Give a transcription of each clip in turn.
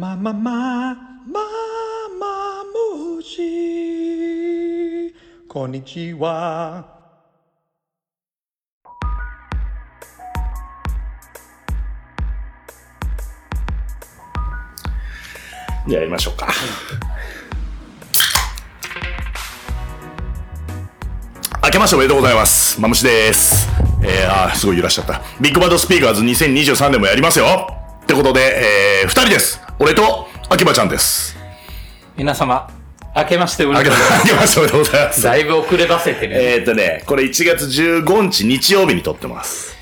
まままままむしこんにちはじゃあやりましょうか。明けましておめでとうございます。マムシです。えー、あー、すごい揺らしちゃった。ビッグバッドスピーカーズ2023でもやりますよってことで、えー、二人です俺と、秋葉ちゃんです。皆様、明けましておめ明けでとうございま。明けましておめでとうございますす。だいぶ遅ればせてる。えーっとね、これ1月15日日曜日に撮ってます。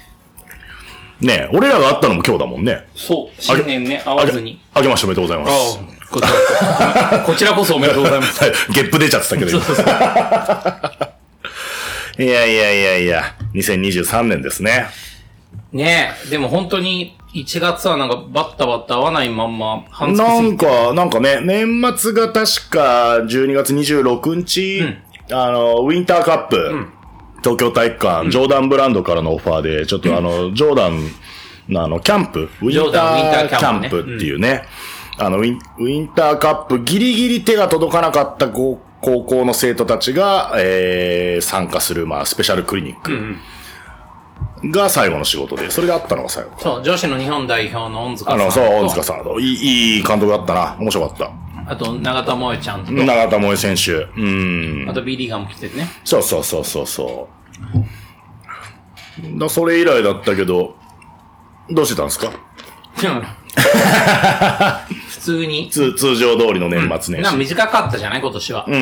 ね俺らが会ったのも今日だもんね。そう、新年ね、会あわけずに。明けましておめでとうございまあす。あこち らこそ。こちらこそおめでとうござ います。はいゲップ出ちゃってたけどそ今う。そうそう。いやいやいやいや、2023年ですね。ねえ、でも本当に、1月はなんかバッタバッタ合わないまんま、半月過なぎんか、なんかね、年末が確か12月26日、あの、ウィンターカップ、東京体育館、ジョーダンブランドからのオファーで、ちょっとあの、ジョーダンのあの、キャンプ、ウジィョンータダンーウィンキターキャャンンプねプっていうね、あのウィン、ウィンターカップギリギリ手が届かなかった高高校の生徒たちが、えー、参加する、まあ、スペシャルクリニックが最後の仕事で、それがあったのが最後。そう、女子の日本代表の恩塚あさんと。の、そう、大塚さん。いい、いい監督だったな。面白かった。あと、長田萌ちゃんと。長田萌選手。うん。あと、ビリーガーも来 ててね。そうそうそうそうそう。だそれ以来だったけど、どうしてたんですかうん普通に。通通常通りの年末年なんか始。短かったじゃない今年 は。う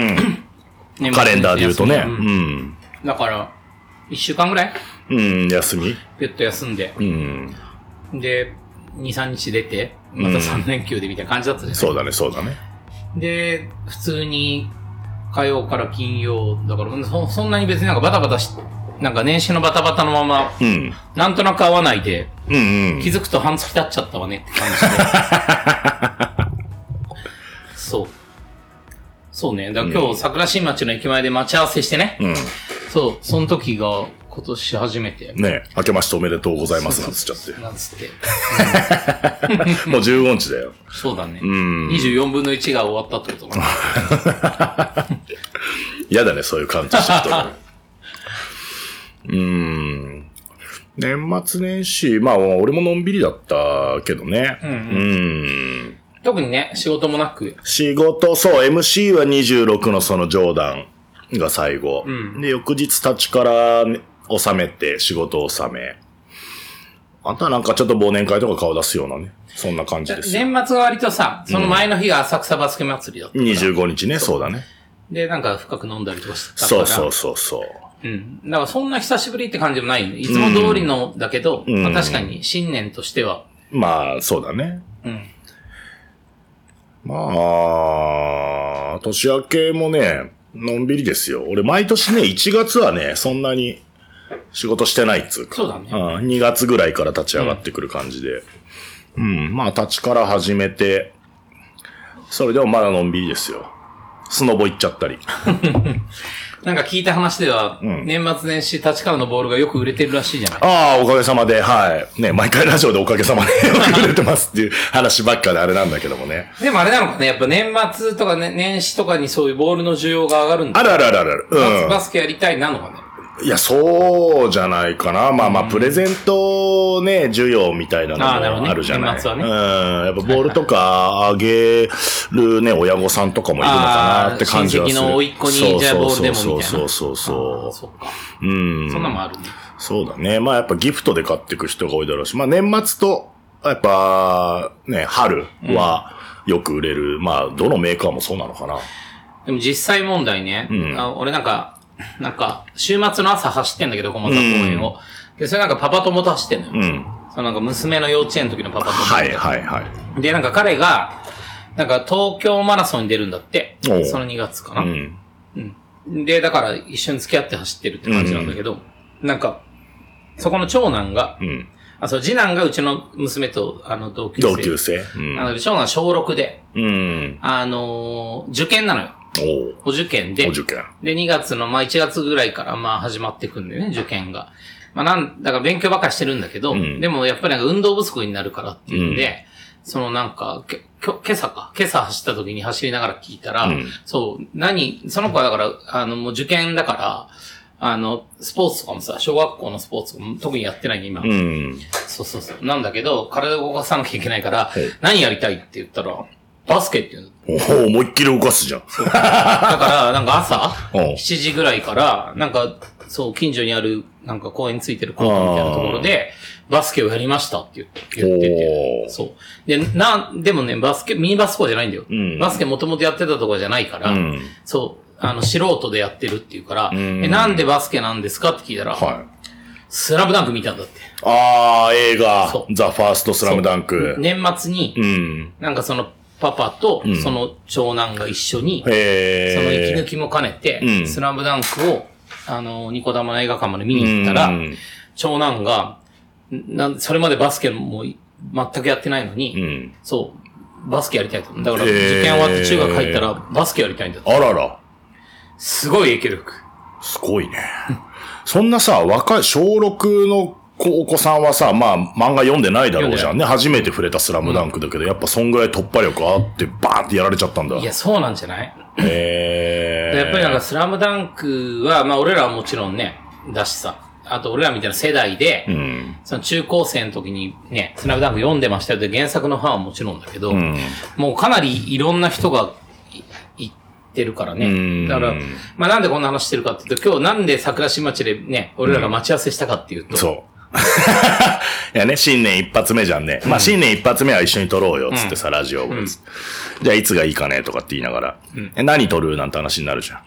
ん。カレンダーで言うとね。うん。だから、1週間ぐらいうん、休み。ピュッと休んで。うん。で、2、3日出て、また3連休でみたいな感じだったじゃない、そうだね、そうだね。で、普通に火曜から金曜、だからそそんなに別になんかバタバタし、なんか年始のバタバタのまま、うん。なんとなく合わないで、うんうん。気づくと半月経っちゃったわねって感じ で。そう。そうね。だから今日、桜新町の駅前で待ち合わせしてね。うん。そう、その時が今年初めて。ねえ明けましておめでとうございますなんつっちゃって。なんつって。もう15日だよ。そうだね。24分の1が終わったってことかな。 嫌だね、そういう感じして ると。うーん。年末年始、まあ、俺ものんびりだったけどね。うん、ん。特にね、仕事もなく。仕事、そう、MC は26のその冗談が最後。で、翌日たちから、ね、収めて、仕事を収め。あとはなんかちょっと忘年会とか顔出すようなね。そんな感じですよ。年末は割とさ、その前の日が浅草バスケ祭りだったから。 25日ね、そうだね。で、なんか深く飲んだりとかしてたかそら。うそうそうそう。うん。だからそんな久しぶりって感じもないよね。いつも通りのだけど、んまあ確かに新年としては、まあ、そうだね。うんまあ、年明けもね、のんびりですよ。俺、毎年ね、1月はね、そんなに仕事してないっつうか。そうだねん、2月ぐらいから立ち上がってくる感じで。うん、まあ、立ちから始めて、それでもまだのんびりですよ。スノボ行っちゃったり。なんか聞いた話では、年末年始立川のボールがよく売れてるらしいじゃない。ああ、おかげさまで、はい。ね、毎回ラジオでおかげさまで くれてますっていう話ばっかであれなんだけどもね。でもあれなのかね、やっぱ年末とか、ね、年始とかにそういうボールの需要が上がるんだ。あるあるあるある。うん。バスケやりたいなのかね。いや、そうじゃないかな。まあまあ、プレゼントね、需要みたいなあーなのるほどもねあるじゃない。年末はねうん。やっぱボールとかあげるね、 親御さんとかもいるのかなって感じはする。あー親戚の甥っ子にそうじゃあボールでもみたいそうなそうそうそそうか。う。うん。そんなのもあるね。そうだね。まあやっぱギフトで買っていく人が多いだろうし、まあ年末と、やっぱ、ね、春はよく売れる。まあ、どのメーカーもそうなのかな。でも実際問題ね、あ俺なんか、なんか、週末の朝走ってんだけど、駒沢公園を。で、それなんかパパ友と走ってんのよ。うん。そのなんか娘の幼稚園の時のパパ友。はいはいはい。で、なんか彼が、なんか東京マラソンに出るんだっておう。その2月かうな、ん。で、だから一緒に付き合って走ってるって感じなんだけど、なんか、そこの長男が、んあ、そう、次男がうちの娘と、あの、同級生。同級生。うんなので、長男小6で、うん。あのー受験なのよ。おう。お受験で。お受験。で、2月の、まあ1月ぐらいから、まあ始まっていくんでね、受験が。まあなん、だから勉強ばっかりしてるんだけど、でもやっぱりなんか運動不足になるからっていうんで、そのなんか、けきょ今朝か、今朝走った時に走りながら聞いたら、うんそう、何、その子はだから、あの、もう受験だから、あの、スポーツとかもさ、小学校のスポーツとかも特にやってないね、今。うん。そうそうそう。なんだけど、体を動かさなきゃいけないからい、何やりたいって言ったら、バスケって言うんだおお、思いっきり動かすじゃん。だから、なんか朝、うん7時ぐらいから、なんか、そう、近所にある、なんか公園についてるコートみたいなところで、バスケをやりましたって言って言っおてて。ーそう。で、な、でもね、バスケ、ミニバスコアじゃないんだよ。うんバスケもともとやってたとこじゃないから、うんそう、あの、素人でやってるっていうから、んえ、なんでバスケなんですかって聞いたら、はい。スラムダンク見たんだって。ああ、映画そ、ザ・ファースト・スラムダンク。年末に、うん。なんかその、パパと、その長男が一緒に、その息抜へえ。きも兼ねて、うんスラムダンクを、あの、ニコ玉の映画館まで見に行ったら、うん長男が、んなん、それまでバスケもい全くやってないのに、うん。そう、バスケやりたいと。だから、へー受験終わって中学入ったら、バスケやりたいんだって。あらら。すごい影響力。すごいね。そんなさ、若い、小6の子お子さんはさ、まあ、漫画読んでないだろうじゃんね。初めて触れたスラムダンクだけど、やっぱそんぐらい突破力あって、バーンってやられちゃったんだ。いや、そうなんじゃないへえ。やっぱりなんか、スラムダンクは、まあ、俺らはもちろんね、だしさ、あと俺らみたいな世代で、うん。その中高生の時にね、スラムダンク読んでましたよって原作のファンはもちろんだけど、うん。もうかなりいろんな人がい行ってるからうんね。だから、まあなんでこんな話してるかっていうと、今日なんで桜新町でね、俺らが待ち合わせしたかっていうと、そう。 いやね、新年一発目じゃんね。まあ、新年一発目は一緒に撮ろうよ、つってさ、ラジオ部、つってじゃあ、いつがいいかね、とかって言いながら。え、何撮るなんて話になるじゃん。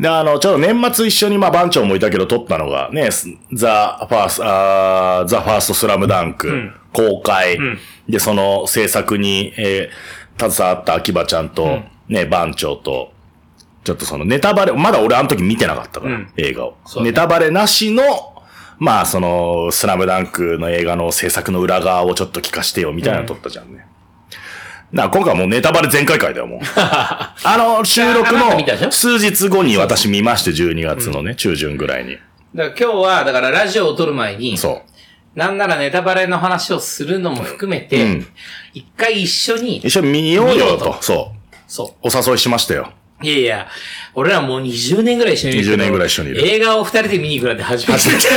で、あの、ちょうど年末一緒に、まあ、番長もいたけど、撮ったのが、ね、すザ・ファースト、あーザ・ファースト・スラムダンク、公開、で、その制作に、えー携わった秋葉ちゃんと、ね、番長と、ちょっとそのネタバレ、まだ俺あの時見てなかったから、うん映画を、そうねネタバレなしの、まあその、スラムダンクの映画の制作の裏側をちょっと聞かしてよ、みたいなの撮ったじゃんね。な、今回はもうネタバレ全開会だよ、もう。あの、収録あなた見たでしのょ数日後に私見まして、12月のね、中旬ぐらいに。だから今日は、だからラジオを撮る前に、そなんならネタバレの話をするのも含めうてん、一、回一緒う。に、一緒に見よう見よようとと、そ。そうお誘いしましたよ。う。いやいや、俺らもう20年ぐらい一緒にいるけど。 20年ぐらい一緒にいる映画を二人で見に行くなんて初 めて。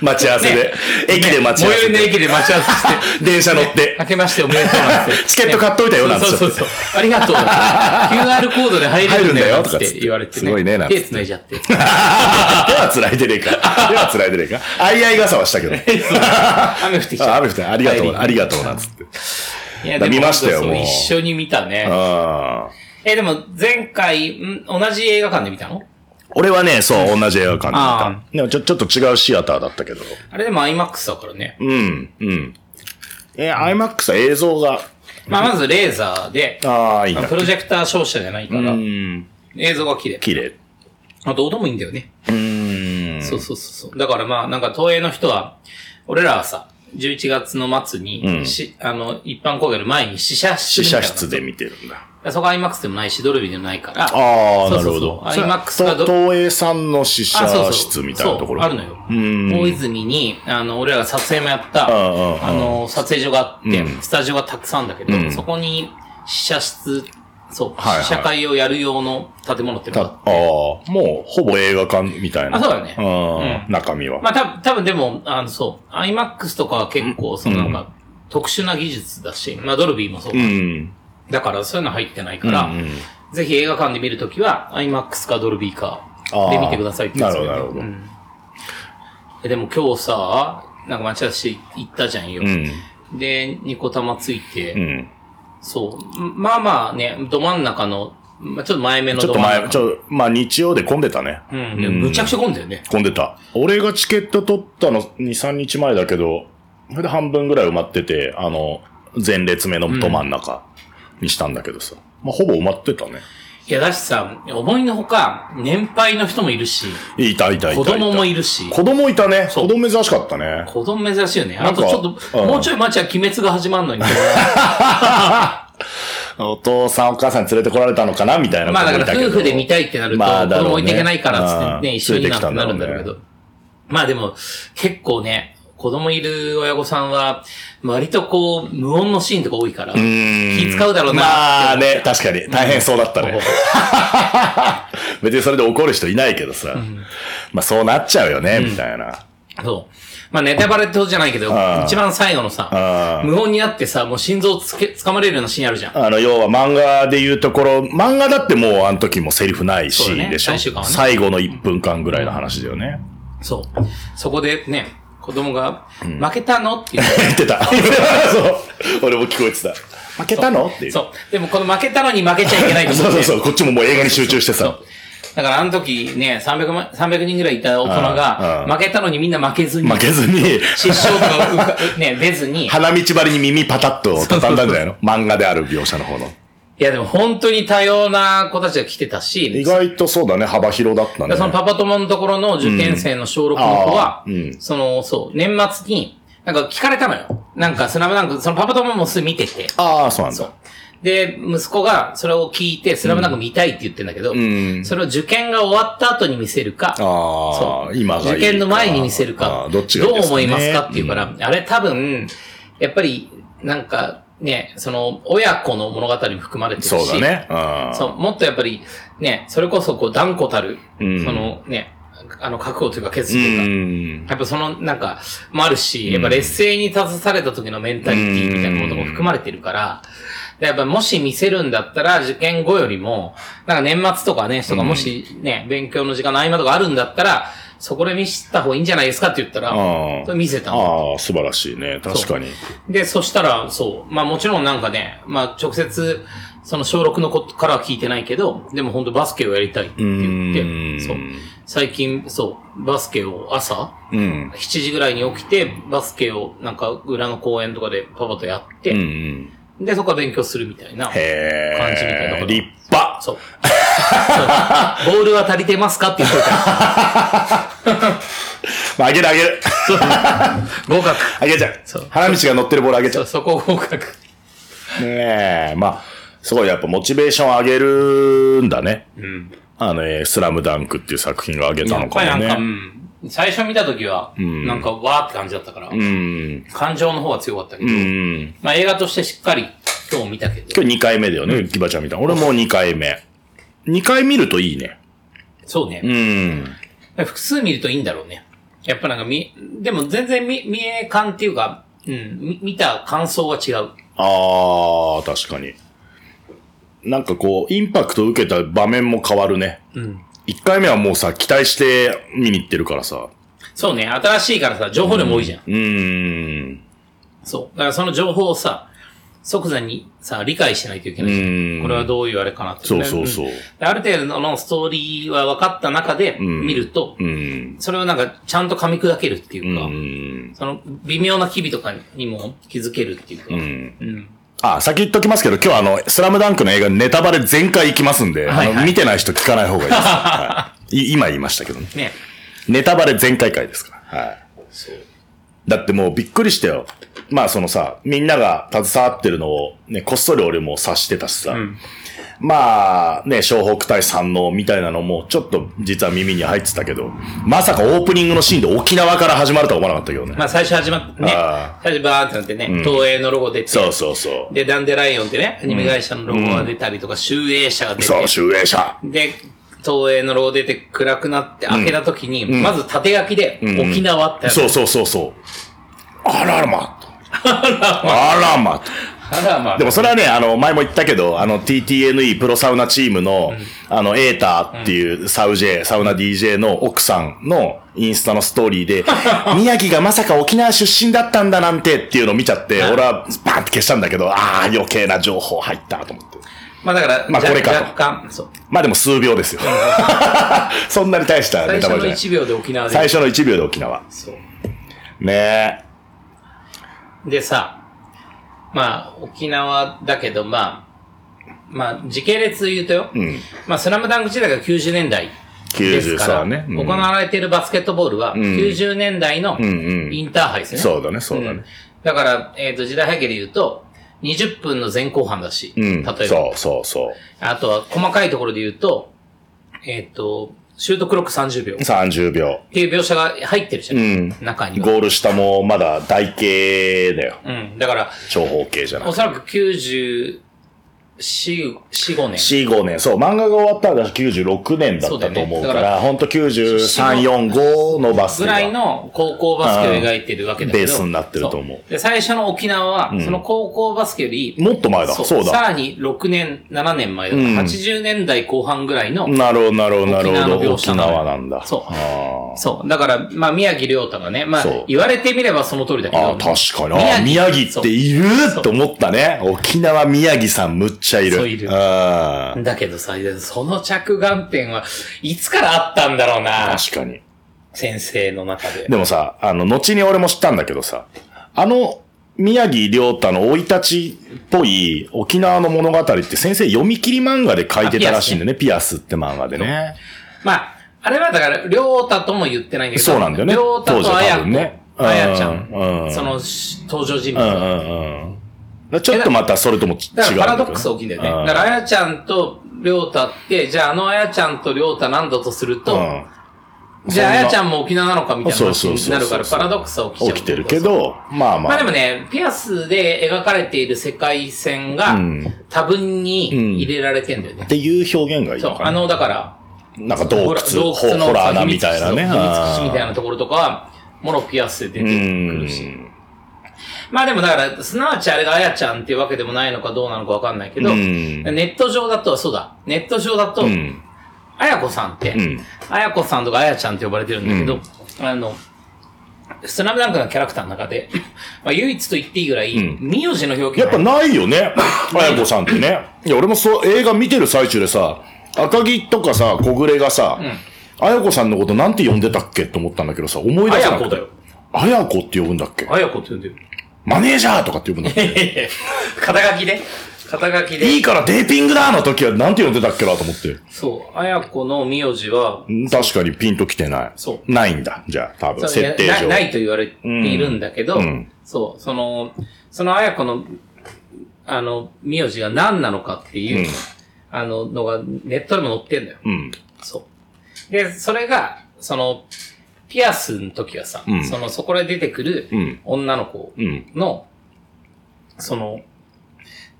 待ち合わせでね。駅で待ち合わ最寄せりので。駅で待ち合わせし て。電車乗って。 明けましておめでとうなんてチケット買っといたよなんてそうそうそう。ありがとう。QR コードで入れるんだ入るんだよよとかとかっつっってて言われてね。すごいねなんつって手繋いじゃって。手は辛いでねえか。手は辛いでねえか。あいあい傘はしたけど。 雨降ってきちあ ゃ雨降って、ありがとう、ありがとう、なんつって。う。いや、でも見ましたよそうもう一緒に見たね。あーえ、でも前回、ん同じ映画館で見たの俺はね、そう、同じ映画館であ見た。でもちょ、ちょっと違うシアターだったけど。あれでも IMAX だからね。うん、うん。え、IMAX は映像が、まあまずレーザーで、ああ、いいな。プロジェクター照射じゃないからう、ん、映像が綺麗。綺麗。あと音もいいんだよね。うん。そうそうそうそう。だからまあ、なんか東映の人は、俺らはさ、11月の末に、うんしあの、一般公開の前に試写室試みたい写な室で見てるんだ。そこは IMAX でもないし、ドルビーでもないから。ああ、そなうるそうほそうど。 IMAX がとど東映さんの試あそうそ写う室みたいなところ。そうあるのよ。大泉に、あの、俺らが撮影もやった、うんうんうんあの、撮影所があって、うんスタジオがたくさんあるんだけど、うんそこに試写室、そう、はいはい試写会をやる用の建物っていうたのあがあ、もう、ほぼ映画館みたいな。あそうだねうんうん中身は。まあ、たぶん、多分でも、あの、そう、IMAX とかは結構、そのなんか、特殊な技術だし、まあ、ドルビーもそう。うん。だから、そういうの入ってないから、うんうんぜひ映画館で見るときは、IMAX かドルビーかあーで見てくださいってやつだよねなるほどなるうんえでも今日さ、なんか待ち合わせ行ったじゃんよ。うん。で、ニコ玉ついうて、ん。そう。まあまあね、ど真ん中の、まあ、ちょっと前目のちょっどと真ん中。前、ちょ、まあ日曜で混んでたね。うん。でもむちゃくちゃ混んだよね。混んでた。俺がチケット取ったの2、3日前だけど、それで半分ぐらい埋まってて、あの、前列目のど真ん中にしたんだけどさ。まあほぼ埋まってたね。いや、だしさ、思いのほか、年配の人もいるし、いたいたいたいた。子供もいるし、子供いたね。そ子う供珍しかったね。子供珍しいよね。なあんかとちょっうと、んもうちょい待ちは鬼滅が始まんの に。 お父さんお母さん連れてこられたのかなみたいなまあだ子もかいたらけど夫婦で見たいってなると、まあ子だろうね供置いていけないからっつってうんね、一緒になってなるんだろう連れてきたけんだろうど。まあでも、結構ね、子供いる親御さんは、割とこう、無音のシーンとか多いから、気気使うだろうなまあってね思っ、ちゃう確かに。大変そうだったね。 別にそれで怒る人いないけどさ。まあそうなっちゃうよね、みたいな。そう。まあネタバレってことじゃないけどああ、一番最後のさああ、無音になってさ、もう心臓つけ、掴まれるようなシーンあるじゃん。あの、要は漫画で言うところ、漫画だってもうあの時もセリフないし、そうだねでしょ、最終巻はね最後の1分間ぐらいの話だよね。そう。そこでね、子供が、負けたのって言う。 言って た。そう。俺も聞こえてた。負けたのっていう。そう。でもこの負けたのに負けちゃいけないと思って。 そうそうそう。こっちももう映画に集中してそうさ。だからあの時ね、300万、300人ぐらいいた大人あが、あ負けたのにみんな負けずに、負けずに、 失笑とかうか、ね、出ずに、い花道張りに耳パタッと畳んだんじゃないの漫画である描写の方の。やでも本当に多様な子たちが来てたし意、外とそうだね、幅広だったね。そのパパ友のところの受験生の小6の子は、うんあーうんその、そう、年末に、なんか聞かれたのよ。なんか、スラムダンク、そのパパ友もすぐ見てて。ああ、そうなんだ。で、息子がそれを聞いて、スラムダンク見たいって言ってんだけど、んそれを受験が終わった後に見せるか、ああ、今がいいか受験の前に見せるあかー、どっちがいいどうですか思ねいますかっていうから、あれ多分、やっぱり、なんかね、その、親子の物語も含まれてるし、そうだね。うんそう、もっとやっぱり、ね、それこそこう断固たる、うんそのね、あの、覚悟というか決う意といん。うか、やっぱその、なんか、もあるし、やっぱ劣勢に立たされた時のメンタリティみたいなことも含まれてるから、でやっぱもし見せるんだったら、受験後よりも、なんか年末とかね、とかもしね、勉強の時間の合間とかあるんだったら、そこで見せた方がいいんじゃないですかって言ったら、あそれ見せたのああ、素晴らしいね。確かに。で、そしたら、そう。まあもちろんなんかね、まあ直接、その小6の子からは聞いてないけど、でも本当バスケをやりたいって言うっーて、んそう。最近、そう、バスケを朝、うん。 7時ぐらいに起きて、バスケをなんか裏の公園とかでパパとやっうんうて、ん。で、そこから勉強するみたいな。へえ。感じみたいなこと立派。そう。 そうボールは足りてますかって言ってた。まあ、あげるあげる。 合格。あげちゃうそう。花道が乗ってるボールあげちゃ。そうう、そこ合格。ねえ。まあ、すごいやっぱモチベーション上げるんだね。うん。あの、えースラムダンクっていう作品が上げたやのっぱりかなんもか、うね。ん。最初見た時は、なんかわーって感じだったから、うん。感情の方が強かったけど、うん。まあ映画としてしっかり今日見たけど。今日2回目だよね、ギバちゃん見たの。俺もう2回目。2回見るといいね。そうね。うん。複数見るといいんだろうね。やっぱなんか見、でも全然見、見え感っていうか、うん、み見た感想が違う。ああ、確かに。なんかこう、インパクト受けた場面も変わるね。うん。 1回目はもうさ、期待して見に行ってるからさ。そうね、新しいからさ、情報量も多いじゃん。うーん。そう。だからその情報をさ、即座にさ、理解しないといけないじゃうんん。これはどういうあれかなって。そうそうそうでである程度のストーリーは分かった中で見ると、うん。それをなんかちゃんと噛み砕けるっていううか、ん。その微妙な機微とかにも気づけるっていうか、うん。あ、先言っときますけど、今日はあの、スラムダンクの映画ネタバレ全開行きますんで、はいはいあの、見てない人聞かない方がいいです。 はいい今言いましたけどね。ね。ネタバレ全開回ですから。はい。だってもうびっくりしたよ。まあそのさ、みんなが携わってるのをね、こっそり俺も察してたしさ。まあね、湘北対山王みたいなのもちょっと実は耳に入ってたけど、まさかオープニングのシーンで沖縄から始まるとは思わなかったけどね。まあ最初始まってねあ、最初バーンってなってね、東映のロゴ出て、そうそうそう。で、ダンデライオンってね、アニメ会社のロゴが出たりとか、集英社が出て、そう、集英社。で、東映のロゴ出て暗くなって開けた時に、まず縦書きで、沖縄ってある。そうそうそうそう。あらまと。あらまと。あらまあでもそれはね、あの、前も言ったけど、あの、TTNE プロサウナチームの、あの、エーターっていうサウジェ、サウナ DJ の奥さんのインスタのストーリー で、宮城がまさか沖縄出身だったんだなんてっていうのを見ちゃって、俺はバーンって消したんだけど、ああ、余計な情報入ったと思って。まあだから、まあじゃこれかと若干、そう。まあでも数秒 ですよ。そんなに大した最ネタ初バレのじゃない。 1秒で沖縄で。最初の1秒で沖縄。そうねでさ、まあ、沖縄だけど、まあ、まあ、時系列で言うとよ、え。うん。まあ、スラムダンク時代が90年代ですか93ら、ねうん行われているバスケットボールは、90年代のんうんインターハイですね。そうだね、そうだうんね。だから、えっ、と、時代背景で言うと、20分の前後半だし、うん。例えば。そうそうそう。あとは、細かいところで言うと、えっ、と、シュートクロック30秒。っ30秒。ていう描写が入ってるじゃん。中には。ゴール下もまだ台形だよ。うん。だから、長方形じゃなおくて。そらく94、5年。 4、5年。そう、漫画が終わったのが96年だったと思うかそうだよねだからら、ほんと93、4、5のバスケぐがらいの高校バスケを描いてるわけだけど。うんベースになってると思うそで最初の沖縄は、その高校バスケより、もっと前だ。そうさだ。らに6年、7年前だから、うん80年代後半ぐらいの、なるほど、なるほど、なる沖縄ほのど。描写沖なの縄なんだ。そうあそう。だから、まあ、宮城亮太がね、まあそう、言われてみればその通りだけーど。あー、確かに。あー宮城っているそうと思ったね。沖縄宮城さんむっちゃいる。そういるあー だけどさ、その着眼点はいつからあったんだろうな、確かに。先生の中で。でもさ、あの、後に俺も知ったんだけどさ、あの、宮城亮太の生い立ちっぽい沖縄の物語って先生読み切り漫画で書いてたらしいんだよね。ピアスって漫画でね。まあ、あれはだから、亮太とも言ってないんだけど、そうなんだよね亮太当時とはあ多や、分ねあやちゃうんん、うんそのし登場人う物んはうんうん。だからちょっとまたそれとも違うんだだかけらど。パラドックス大きいんだよね。うだから、あやちゃんと亮太って、じゃああのあやちゃんと亮太なんだとすると、うんじゃああそんなやちゃんも沖縄なのかみたいなそう話そうそうそうになるから、パラドックスは起きちゃう。起きてるけ。ど、まあままあであ。もね、ピアスで描かれている世界線がうん多分に入れられてんだよね。っていう表現がいいそのう、かあな。の、だから、なんか洞窟、洞窟のホラーなみたいなね。秘密基地みたいあなところとかは、もろピアスで出ーてくるし。うんまあでもだから、すなわちあれがあやちゃんっていうわけでもないのかどうなのかわかんないけど、うんネット上だと、そうだ、ネット上だと、うんあやこさんってうん、あやこさんとかあやちゃんって呼ばれてるんだけど、あの、スラムダンクのキャラクターの中で、 まあ唯一と言っていいぐらい、ん名字の表記やっがぱないよね。あやこさんってね。いや、俺もそう、映画見てる最中でさ、赤木とかさ、小暮がさ、あやこさんのことなんて呼んでたっけって思ったんだけどさ、思い出せなくて。あやこだよ。あやこって呼ぶんだっけあやこって呼ん でる。マネージャーとかって呼ぶんだっけ肩書きで肩書きで。いいからデーピングだの時はなんて呼んでたっけなと思って。そう、あやこの名字は、うん確かにピンときてない。そうないんだ。じゃあ、多分、そういや設定な上。ないと言われているんだけど、うんうんそう、その、そのあやこの、あの、名字が何なのかっていう、うんあの、のがネットでも載ってんだよ。うん。そう。で、それが、その、ピアスの時はさ、うんその、そこで出てくるうん女の子うん。の、その、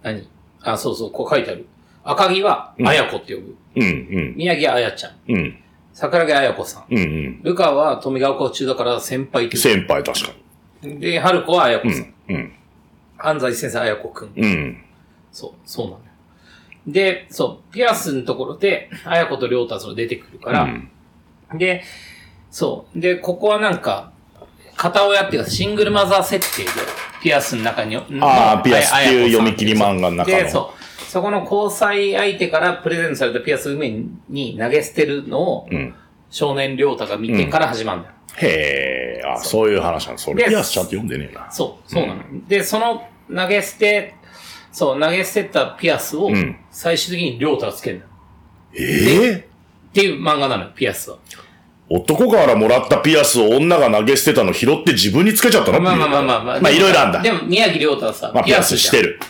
何あ、そうそう、こう書いてある。赤木は、あやこって呼ぶ。うん。うん。宮城あやちゃん。うん。桜木あやこさん。うん。うん。ルカは富ヶ丘中だから先輩って呼先輩、確かぶ。で、春子はあやこに。さん。うん。安西先生あやこくん。うん。うん。そう、そうなんだよ。で、そう、ピアスのところで、あやことりょうたそれ出てくるから、うんで、そう。で、ここはなんか、片親っていうか、シングルマザー設定で、ピアスの中に、あのあ、ピアスっていう読み切りあやこ漫画のさん中の。で、そう。そこの交際相手からプレゼントされたピアス梅に投げ捨てるのを、うん。少年りょうたが見てから始まるんだよ。へえ、あ、そういう話なんです。俺、でピアスちゃんと読んでねえな。そう、そうなの。で、その投げ捨て、そう、投げ捨てたピアスをうん、最終的にりょうたがつけるんだよ。ええっていう漫画なのよ、ピアスは。男からもらったピアスを女が投げ捨てたの拾って自分につけちゃったのまあまあまあまあまあ。まあ、いろいろあんだで。も、宮城亮太はさ、まあ、ピアスじしゃんて。る。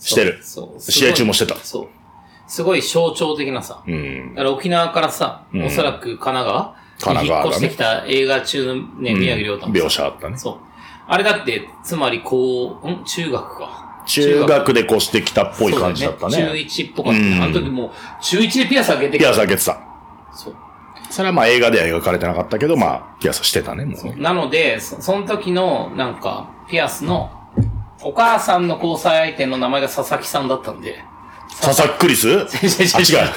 してる。そう。そう試合中もしてた。そう。すごい象徴的なさ。うん。だから沖縄からさ、んおそらく神奈川神奈川だねに引っ越してきた映画中のね、宮城亮太もさ描写あったね。そう。あれだって、つまりこう、ん中学か。中学で越してきたっぽい感じだったそうよね。中1っぽかったね。うんあの時もう、中1でピアス開けてきピたアス開けてた。そう。それはまあ映画では描かれてなかったけど、まあ、ピアスしてたね、もうね。なので、そその時の、なんか、ピアスの、お母さんの交際相手の名前が佐々木さんだったんで。佐々木クリス あ、違う。違う違う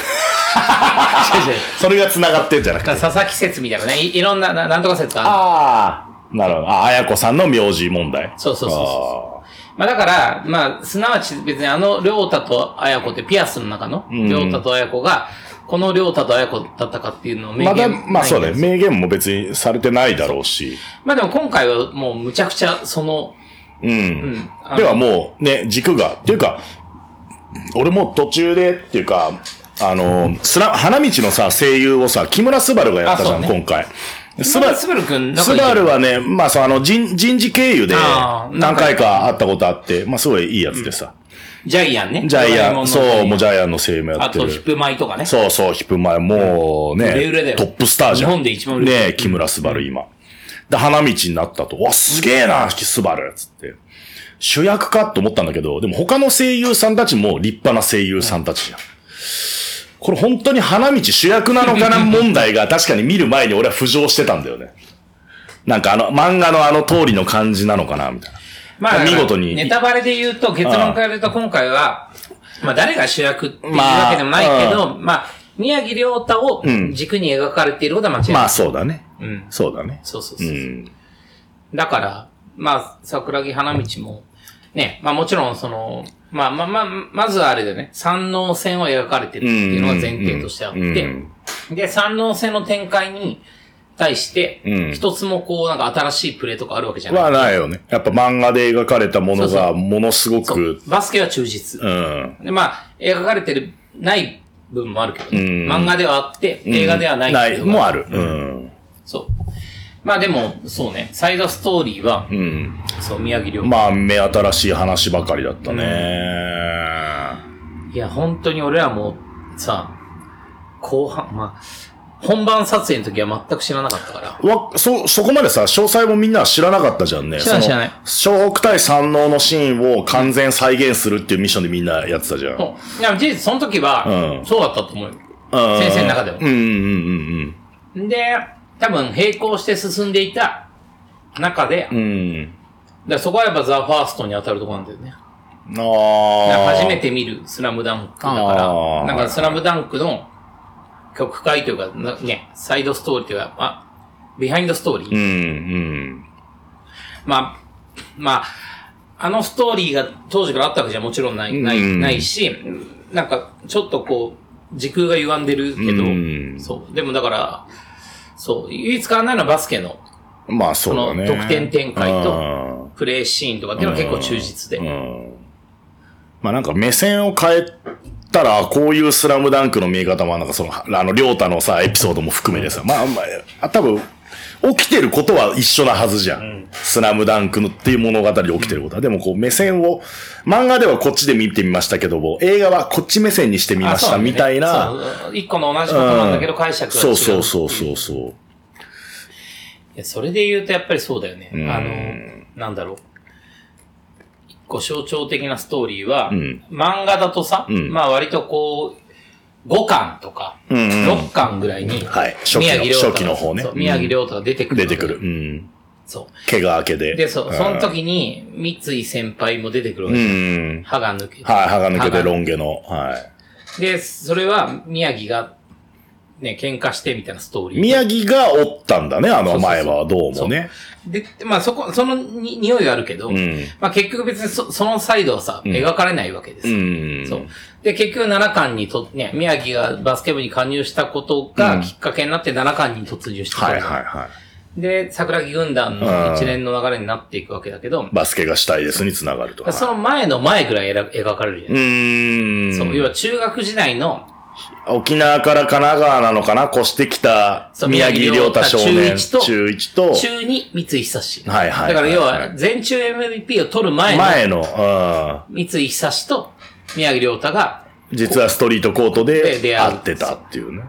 それが繋がってんじゃなくて。だから 佐々木説みたいなね、いいろんな、ななんとか説がある。ああ。なるほど。あ、あやこさんの名字問題。そうそうそうそまあだから、まあ、すなわち別にあの、りょうたとあやこってピアスの中の、りょうたとあやこが、このりょうたとあやこだったかっていうのを明ま言だ、ないんまあそうだよ。です名言も別にされてないだろうし。まあでも今回はもうむちゃくちゃ、その、うん。うん。あのではもう、ね、軸が。っていうか、俺も途中で、っていうか、あの、すら、花道のさ、声優をさ、木村すばるがやったじゃん、あそう今ね回。ススババル、スバルくん、スバルはね、まあ、そう、あの、人、人事経由であ、ー何回か会ったことあって、まあ、すごいいいやつでさ。ジャイアンね。ジャイアン、ドラえそう、ももんのうジャイアンの声明やあってる。と、ヒップマイとかね。そうそう、ヒップマイ、もうね、売れ売れだよトップスターじゃん。日本で一番売れてるねえ木村すばる今。で、花道になったと、わ、すげえな、すばるつって。主役かと思ったんだけど、でも他の声優さんたちも立派な声優さんたちじゃん。これ本当に花道主役なのかな問題 が確かに見る前に俺は浮上してたんだよね。なんかあの、漫画のあの通りの感じなのかなみたいな。まあ、見事にネタバレで言うと、結論から言うと今回は、まあ誰が主役っていうわけでもないけど、まあ、宮城亮太を軸に描かれていることは間違いない。まあそうだね。うん。そうだね。そうそううそう。ん。だから、まあ、桜木花道も、ね、まあもちろんその、まあまあまあ、まずはあれでね、三能線を描かれてるっていうのが前提としてあっうんうてん、で、三能線の展開に対してうん、一つもこう、なんか新しいプレーとかあるわけじゃない。はないよね。やっぱ漫画で描かれたものそうがものすごそうく、バスケは忠実。うん。で、まあ、描かれてる、ない部分もあるけど、ん漫画ではあって、映画ではないっていうのがもある。うん。そう。まあでも、そうね、サイドストーリーは、うん。そう、宮城亮、まあ、目新しい話ばかりだったね。いや、本当に俺らも、さ、後半、まあ、本番撮影の時は全く知らなかったから。わ、そ、そこまでさ、詳細もみんなは知らなかったじゃんね。知らないその知らない湘北対山王のシーンを完全再現するっていうミッションでみんなやってたじゃん。うん。もういや、事実、その時は、うんそうだったと思うよ。先生の中でもうんうんうんで、多分、並行して進んでいた中で、うん。うん。だからそこはやっぱザ・ファーストに当たるところなんだよね。ああ。初め。て見るスラムダンクだからあ、ーなんかスラムダンクの曲解というか、なね、サイドストーリーというか、あ、ビハインドストーリー。うんうん。まあ、まあ、あのストーリーが当時からあったわけじゃもちろんない、ない、うんないし、なんかちょっとこう、時空が歪んでるけど、うんそう。でもだから、そう、唯一変わらないのはバスケのまあそうだね。その得点展開とうんプレイシーンとかっていうのは結構忠実で。うんまあなんか目線を変えたら、こういうスラムダンクの見え方も、なんかその、あの、りょうたのさ、エピソードも含めてさ、まあ、まああ、多分、起きてることは一緒なはずじゃん。スラムダンクのっていう物語で起きてることは。でもこう目線を、漫画ではこっちで見てみましたけども、映画はこっち目線にしてみまあしそうたんだよみねたいな。そう一個の同じことなんだけどうん解釈が違。そううそうそうそうそう。いや、それで言うとやっぱりそうだよね。んあの、なんだろう。一個象徴的なストーリーは、ん漫画だとさ、んまあ割とこう、5巻とか、うんうん6巻ぐらいに、はい初期の初期の方ねそううん宮城亮太が出てくる。出てくる。うん。そ怪我明けで。う。で、そう、んその時に、三井先輩も出てくるわうけです、ん。歯が抜けて。はい、歯が抜けてロン。ン毛の。はい。で、それは宮城が、ね、喧嘩してみたいなストーリー。宮城がおったんだね、あの前は、そうどそううそうもね。で、まあそこ、そのに匂いがあるけど、んまあ結局別にそそのサイドはさ、描かれないわけですうよ。ん。そう。で、結局7巻にと、ね、宮城がバスケ部に加入したことがきっかけになって7巻に突入してくるはいはいはで、桜木軍団の一連の流れになっていくわけだけどい。、バスケがしたいですにつながると。その前の前ぐらい描描かれるじゃうない、ーん。そう、要は中学時代の、沖縄から神奈川なのかな越してきたそう宮城亮太少年。中一と中一と、中に三井久志。はいはいだから要はいはは、い全中 MVP を取る前の前の、うん。三井久志と宮城亮太が、実はストリートコートでで出会う会ってたっていうね。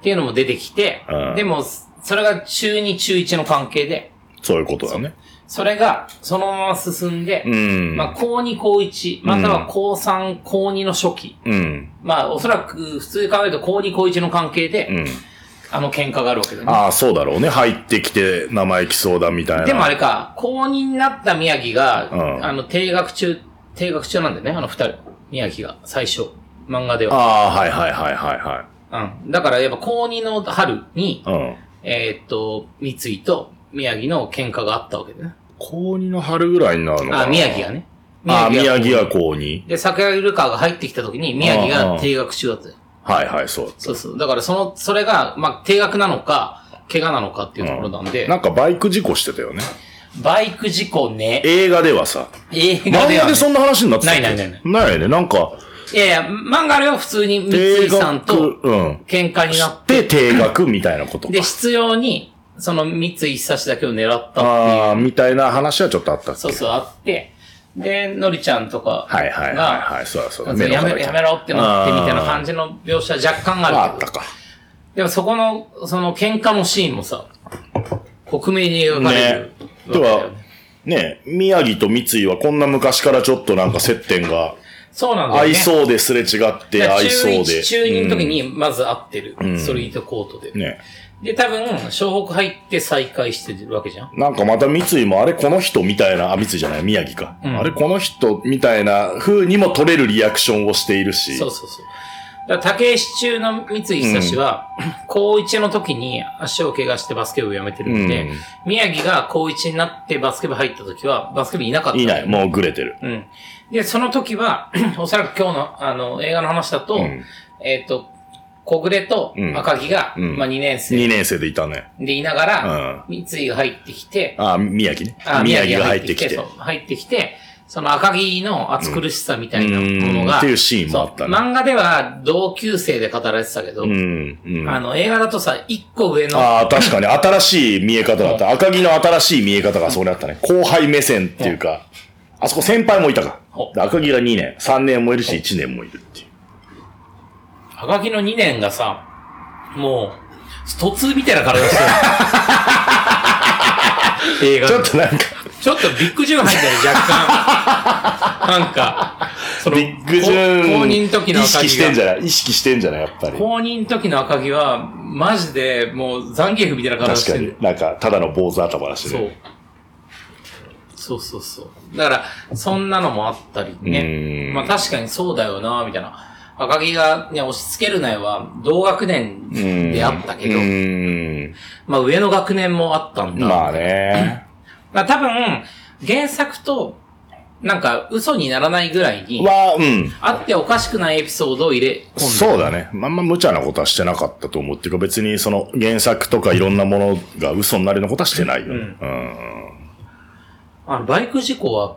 っていうのも出てきて、うんでも、それが中2、中1の関係で、そういうことだね。それがそのまま進んで、うん。まあ、高2、高1、または高3、高2の初期。うん。まあ、おそらく、普通に考えると高2、高1の関係で、うん。あの喧嘩があるわけだね。ああ、そうだろうね。入ってきて生意気そうだみたいな。でもあれか、高2になった宮城が、うんあの、定学中、定学中なんだよね、あの二人。宮城が、最初。漫画では。ああ、はいはいはいはうん。だから、やっぱ高2の春に、いはい。うん。えーっと、三井と宮城の喧嘩があったわけだね。高2の春ぐらいになるのかなあ、宮城がね。あ、が宮城は高2。で、桜井ルカが入ってきた時に、宮城が定額中だったよはいはい、そう。そうそう。だから、その、それが、まあ、定額なのか、怪我なのかっていうところなんで、なんかバイク事故してたよね。バイク事故ね、映画ではさ。映画漫では画ね、でそんな話になってたっけないないないない。よね。なんか、いやいや、漫画あれは普通に三定井さん額、とうん。喧嘩になっで、定額みたいなことて、かで、。必要に、その三井久志だけを狙ったっていうああ、みたいな話はちょっとあったっけそうそう、あって、で、のりちゃんとかが、はいはいはいはい。そうだそうだ。やめろ、やめろってなってみたいな感じじの描写は若干あーああるっけたど。か。でもそこの、その喧嘩のシーンもさ、克明に描かれねる。わけとだよは、ね、宮城と三井はこんな昔からちょっとなんか接点が、そうなんだよね。合いそうですれ違って、合いそうで。中2の時うんにまず会ってる。ストリートコートで。ね。で、多分、湘北入って再会してるわけじゃん。なんかまた三井も、あれこの人みたいな、あ、三井じゃない、宮城か。あれこの人みたいな風にも取れるリアクションをしているし。そうそうそう。だから竹石中の三井久 志は、高1の時に足を怪我してバスケ部を辞めてるんで、うん宮城が高1になってバスケ部入った時は、バスケ部いなかった。いない、もうぐれてる。うん。で、その時は、 おそらく今日の、あの、映画の話だと、んえっ、と、小暮とうん赤木が、うんまあ2年2生年生でいたね。でいながら、三井が入ってきて、あ、宮城ねあ。宮城が入ってきてそう。入ってきて、その赤木の厚苦しさみたいなものうんが、っていうシーンもあったねそう漫画では同級生で語られてたけど、うん。うん。あの、映画だとさ、一個上の、ああ、確かに新しい見え方だった。赤木の新しい見え方がそこにあったね。後輩目線っていうか、あそこ先輩もいたかほ。で赤木が2年、3年もいるし、1年もいるっていう。赤木の2年がさ、もう、スト2みたいな体して る。映画ちでょっとなんか、ちょっとビッグジュン入ったよ、若 干。なんか、その、ビッグジューン。公認時の意赤識木してんが。じゃない意識してんじゃないやっぱり。公認時の赤木は、マジで、もう、残ーフみたいな体し確てかるに。。なんか、ただの坊主頭だしそうね。。そうそうそう。だから、そんなのもあったりねう。んまあ確かにそうだよな、みたいな。赤木がね、押し付けるなよは、同学年であったけどう、ーん。まあ上の学年もあったんだ。まあね。まあ多分、原作と、なんか嘘にならないぐらいに、は、うん。あっておかしくないエピソードを入れ込んで。そうだね。まあんま無茶なことはしてなかったと思うっていうか、別にその原作とかいろんなものが嘘になるようなことはしてないよね。うん。あの、バイク事故は、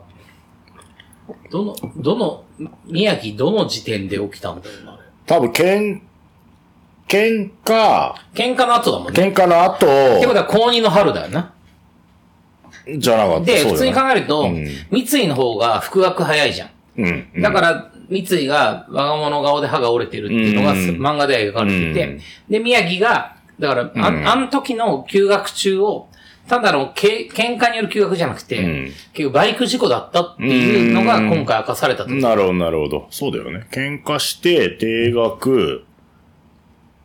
どの、どの、宮城どの時点で起きたんだろうな。多分、喧、喧嘩、喧嘩の後だもんね。喧嘩の後、ってことは公認の春だよな。じゃなかった。で、そう普通に考ええると、うん三井の方が復学早いじゃん。うん。うんだから、三井が我が物顔で歯が折れてるっていうのが、うん漫画では描かれていて、うんで、宮城が、だから、あ,、うんん、あの時の休学中を、ただのけ喧嘩による休学じゃなくて、ん結局バイク事故だったっていうのがうん今回明かされたと。なるほど、なるほど。そうだよね。喧嘩して、定額、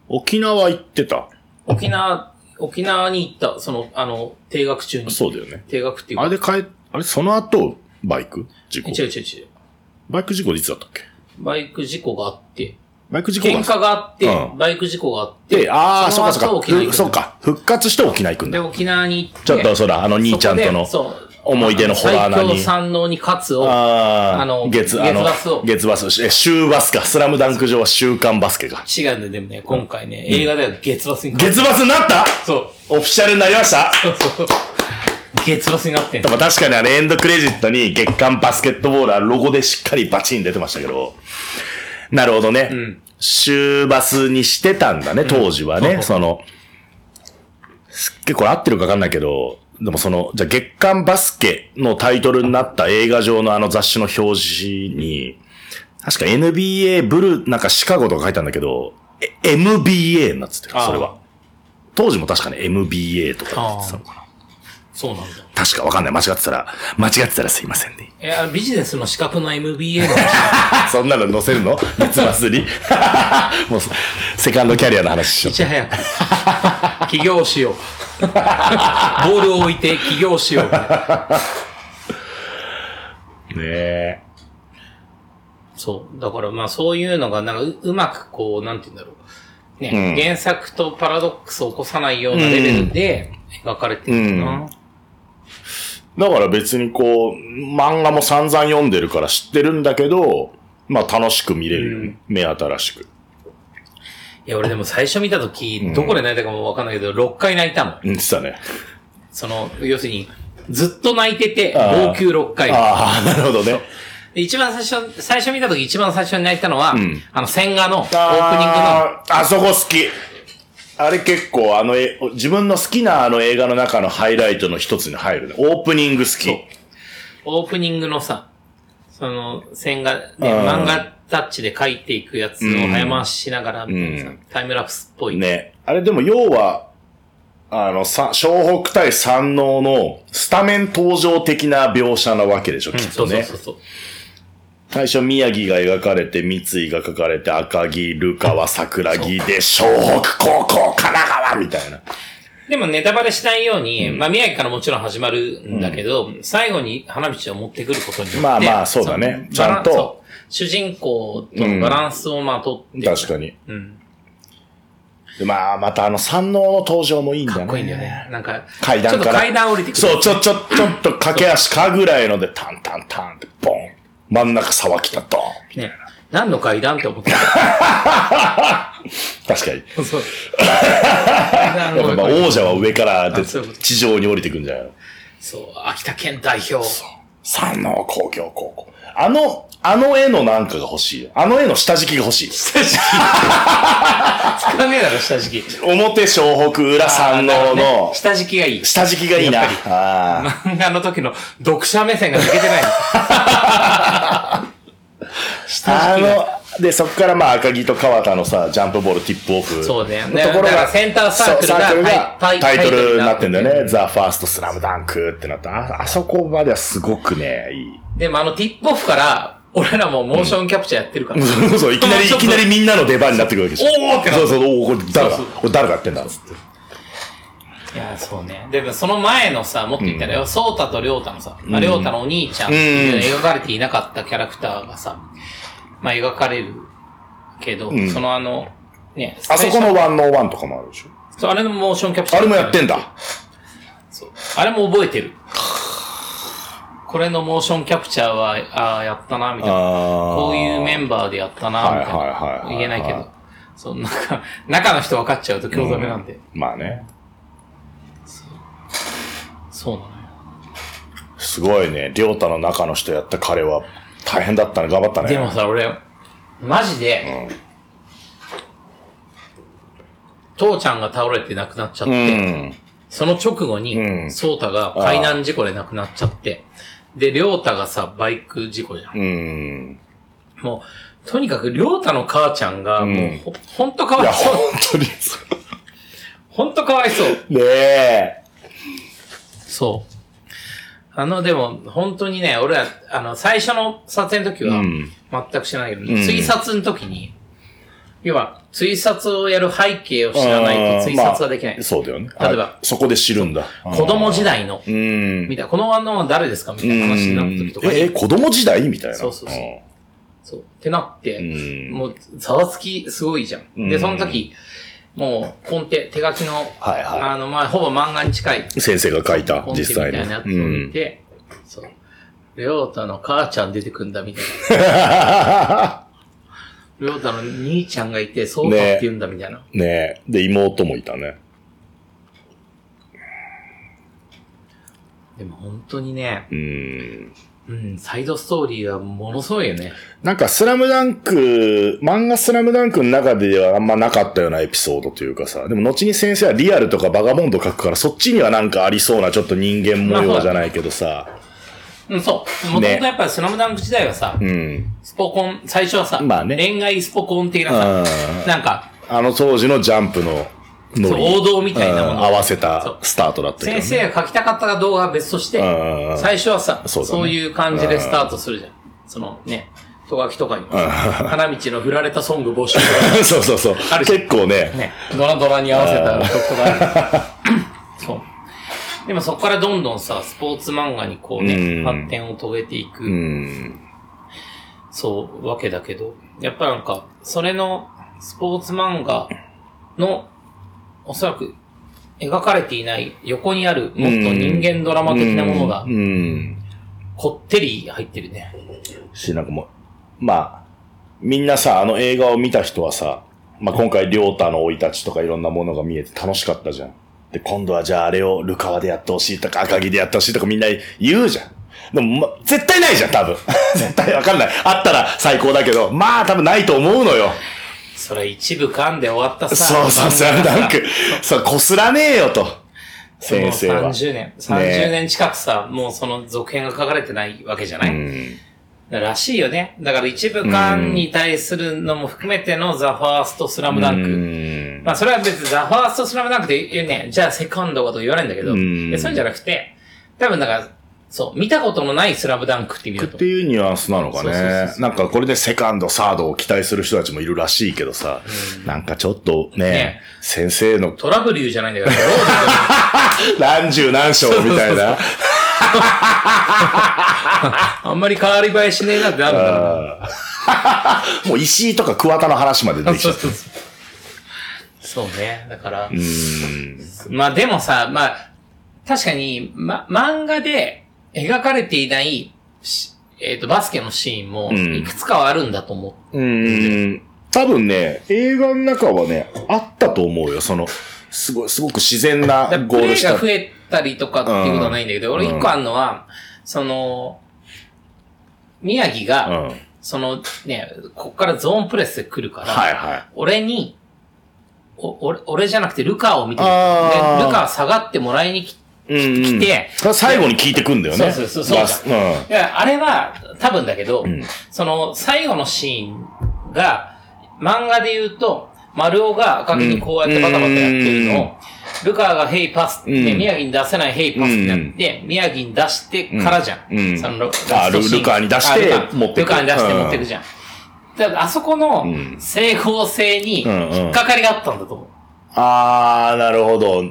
沖縄行ってた。沖縄、沖縄に行った、その、あの、定学中に。そうだよね。定学っていうあか、れで帰っ、あれ、その後、バイク事故違う違う違う。バイク事故でいつだったっけバイク事故があって、バイク事故喧嘩があって、うんバイク事故があって、で、ああ、そそっのか後そっ沖縄か。行くんだそっか。復活して沖縄行くんで、だ。沖縄に行って、ちょっと、そら、あの兄ちゃんとのそこでそう思い出のホラーな最強に。三能に勝つを、ああ、あの月、あ月のバスを、月バス、え、週バスか。スラムダンク上は週刊バスケか。違うんだよ、でもね、今回ね、映画では月バスに勝つ。月バスになったそう。オフィシャルになりましたそうそう。月バスになってんでのも確かにあれエンドクレジットに月刊バスケットボールはロゴでしっかりバチン出てましたけど。なるほどね。ん週バスにしてたんだね、当時はね。そうその、すっげえこれ合ってるかわかんないけど、でもその、じゃあ月刊バスケのタイトルになった映画上のあの雑誌の表紙に、確か NBA ブルー、なんかシカゴとか書いたんだけど、え MBA になってたよそれあは。当時も確かに MBA とか言ってたのかな。そうなんだ。確かわかんない。間違ってたら、間違ってたらすいませんね。え、あのビジネスの資格の MBA のそんなの載せるの月末に。 もう、セカンドキャリアの話しいよち早く。 起業しよう。ボールを置いて起業しよう。う。ねえ。そう。だからまあそういうのがなんかううまくこう、なんて言うんだろう。ね、原作とパラドックスを起こさないようなレベルで描かれてるな。だから別にこう、漫画も散々読んでるから知ってるんだけど、まあ楽しく見れるよね、目新しく。いや、俺でも最初見たとき、どこで泣いたかもわかんないけど、6回泣いたもん。うん、ってたね。その、要するに、ずっと泣いてて、あー号泣6回。ああ、なるほどね。で一番最初、最初見たとき一番最初に泣いたのは、あの、千賀のオープニングの、あーあそこ好き。あれ結構あのえ、自分の好きなあの映画の中のハイライトの一つに入るね。オープニング好き。オープニングのさ、その、線画、ね、うん漫画タッチで描いていくやつを早回ししながら、みたいなさうんタイムラプスっぽい。ね。あれでも要は、あの、さ、湘北対山王のスタメン登場的な描写なわけでしょ、うんきっとそうそうねそ。うそう。最初宮城が描かれて、三井が描かれて、赤木、ルカは桜木で、湘北高校、神奈川みたいな。でもネタバレしないように、まあ宮城からもちろん始まるんだけど、最後に花道を持ってくることによって。まあまあそうだねそのちゃんとバランそう主人公とのバランスをまあ取って、確かに。うん。でまあ、またあの、山王の登場もいいんだね。かっこいいんだよね。なんか、階段から。ちょっと階段降りてくる。そう、ちょ、ちょ、ちょっと駆け足かぐらいので、タンタンタンって、ボン。真ん中沢北、ドン。ね。何の階段って思って確かに。た。そう。階段やっ ぱを王者は上からであそういうこと地上に降りてくんじゃないのそう、秋田県代表。山王工業高校。あの、あの絵のなんかが欲しい。あの絵の下敷きが欲しい。下敷き。使わねえだろ、下敷き。表湘北裏山王の下敷きがいい。下敷きがいいな。やっああ漫画の時の読者目線が抜けてない。下あ敷きが。の、で、そこからまあ赤木と川田のさ、ジャンプボールティップオフ。そうねのところだからが、センターサークルがそうタイタタイイトルになってんだタイよトルになってね。ザ・ファースト・スラムダンクってなった。あ、あそこまではすごくね、いい。でもあのティップオフから、俺らもモーションキャプチャーやってるから。そうそう、いきなり、いちょっきとなりみんなの出番になってくるわけでしょ。おーってなそるうそう、おー、これ誰だそうそうこれ誰がやってんだっつって。いや、そうね。でもその前のさ、もっと言ったらよ、ソータとリョウタのさ、まあ、リョウタのお兄ちゃんっていう描かれていなかったキャラクターがさ、まあ、描かれるけど、んそのあの、ね、あそこのワンノーワンとかもあるでしょ。そうあれのモーションキャプチャあー。れもやってんだ。そうあれも覚えてる。これのモーションキャプチャーは、ああ、やったな、みたいな。あこういうメンバーでやったな、みたいはいはいはいなは。い言えないけど。そう、なんか、 中の人分かっちゃうと興ざめなんで。まあね。そうなのよ。すごいね。りょうたの中の人やった彼は大変だったね。頑張ったね。でもさ、俺、マジで、父ちゃんが倒れて亡くなっちゃっうて、ん。その直後に、うんソータが海難事故で亡くなっちゃって、で、りょうたがさ、バイク事故じゃん。うん。もう、とにかくりょうたの母ちゃんが、もうほ、ほんとかいわや、いそう本。当 に。ほんとかわいそう。ねえ。そう。あの、でも、本当にね、俺は、あの、最初の撮影の時はうん、全く知らないけど、ん追撮の時に、要は、追撮をやる背景を知らないと追撮はできない。まあそうだよね。例えばあそこで知るんだ。子供時代の、うん。みたいな、このワンノンは誰ですかみたいな話になった時とかえ、に、子供時代みたいな。そうそうそうんそう、ってなって、んもう、ざわつきすごいじゃん。んで、その時、もう、コンテ、手書きの、はいはいあの、まあ、ほぼ漫画に近い、先生が書いたコ、ンテみ実た際いに。なやつをう見ん。 て、そう。レオータの母ちゃん出てくんだみたいな。レオータの兄ちゃんがいて、そうだって言うんだみたいな。ねえ。で、妹もいたね。でも本当にね、うん。うん、サイドストーリーはものすごいよね。なんか、スラムダンク、漫画スラムダンクの中ではあんまなかったようなエピソードというかさ、でも後に先生はリアルとかバガモンド書くから、そっちにはなんかありそうなちょっと人間模様じゃないけどさ、うん、そう。もともとねやっぱりスラムダンク時代はさ、うん。スポコン、最初はさ、まあね恋愛スポコン的なさ、うなんか、あの当時のジャンプのノリ、そう王道みたいなものうん合わせそうたスタートだったけど、ね。先生が書きたかったか動画は別としてうん、最初はさ、そそううだねいう感じでスタートするじゃん。そのね、トガキとかにもさ、花道の振られたソング募集とか そうそうそうあ。るじゃん結構ね、ね、ドラドラに合わせた曲とかある そう。でもそこからどんどんさ、スポーツ漫画にこううね、ん発展を遂げていく、うん。そう、わけだけど、やっぱなんか、それのスポーツ漫画の、おそらく描かれていない横にある、もっと人間ドラマ的なものがう、ん。こってり入ってるね。し、なんかもう、まあ、みんなさ、あの映画を見た人はさ、まあ、今回、りょうたの生い立ちとかいろんなものが見えて楽しかったじゃん。で、今度はじゃああれをルカワでやってほしいとか、赤木でやってほしいとかみんな言うじゃん。でも、ま、絶対ないじゃん、多分。 絶対わかんない。あったら最高だけど、まあ多分ないと思うのよ。それ一部噛んで終わったさ。そうそう、スラムダンク。そう、こすらねえよと。先生もうは。 30年、30年近くさ、もうその続編が書かれてないわけじゃない、うんらしいよね。だから一部間に対するのも含めてのザ・ファースト・スラムダンク。うんまあそれは別にザ・ファースト・スラムダンクで言うね、じゃあセカンドはと言わないんだけど、うんいやそういうんじゃなくて、多分だから、そう、見たことのないスラムダンクって意味だとって。いうニュアンスなのかそうそうそうねそ。うなんかこれでセカンド、サードを期待する人たちもいるらしいけどさ、なんかちょっとね、ね先生のトラブル言うじゃないんだから、ロ何十何章みたいな。ードあんまり変わり映えしねえなってなるんだろうなもう石井とか桑田の話まで出てきちゃった。そうそうそうね。だから。まあでもさ、まあ、確かに、ま、漫画で描かれていないし、えっ、と、バスケのシーンも、んいくつかはあるんだと思う。うん。多分ね、映画の中はね、あったと思うよ。その、すごい、すごく自然なだからゴプールレイしたが。増えたりとかっていうことはないんだけど、うん俺一個あるのは、その、宮城うん。が、はいそのね、こっからゾーンプレスで来るから、はい。俺に、お俺俺じゃなくてルカを見てる。でルあーカは下がってもらいに来て、来来て最後に聞いてくんだよね。そうそうそうそうラスうん。いや、あれは多分だけど、その最後のシーンが、漫画で言うと、丸尾が赤木にこうやってバタバタやってるのを、ルカがヘイパスって、うん宮城に出せないヘイパスってやって、宮城に出してからじゃん。うんそのラあストシーンルルカに出してあルカ持ってくルカに出して持ってくじゃん。だからあそこのん整合性にうんうん引っかかりがあったんだと思う。あー、なるほど。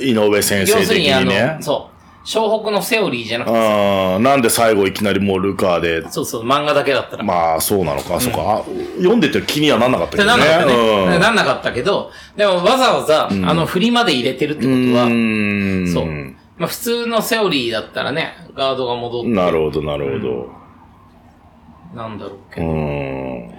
井上先生要す的るにあにの、ね。そう、湘北のセオリーじゃなくて、うん。なんで最後いきなりもうルカで、そうそう、漫画だけだったら。まあそうなのか、そうか。あ読んでて気にはなんなかったってけなどんなかったね。ね。なんなかったけど、でもわざわざ、あの振りまで入れてるってことうん。うは、ーんそう。まあ普通のセオリーだったらね、ガードが戻って、なるほど、なるほど。なんだろうけうど。ん。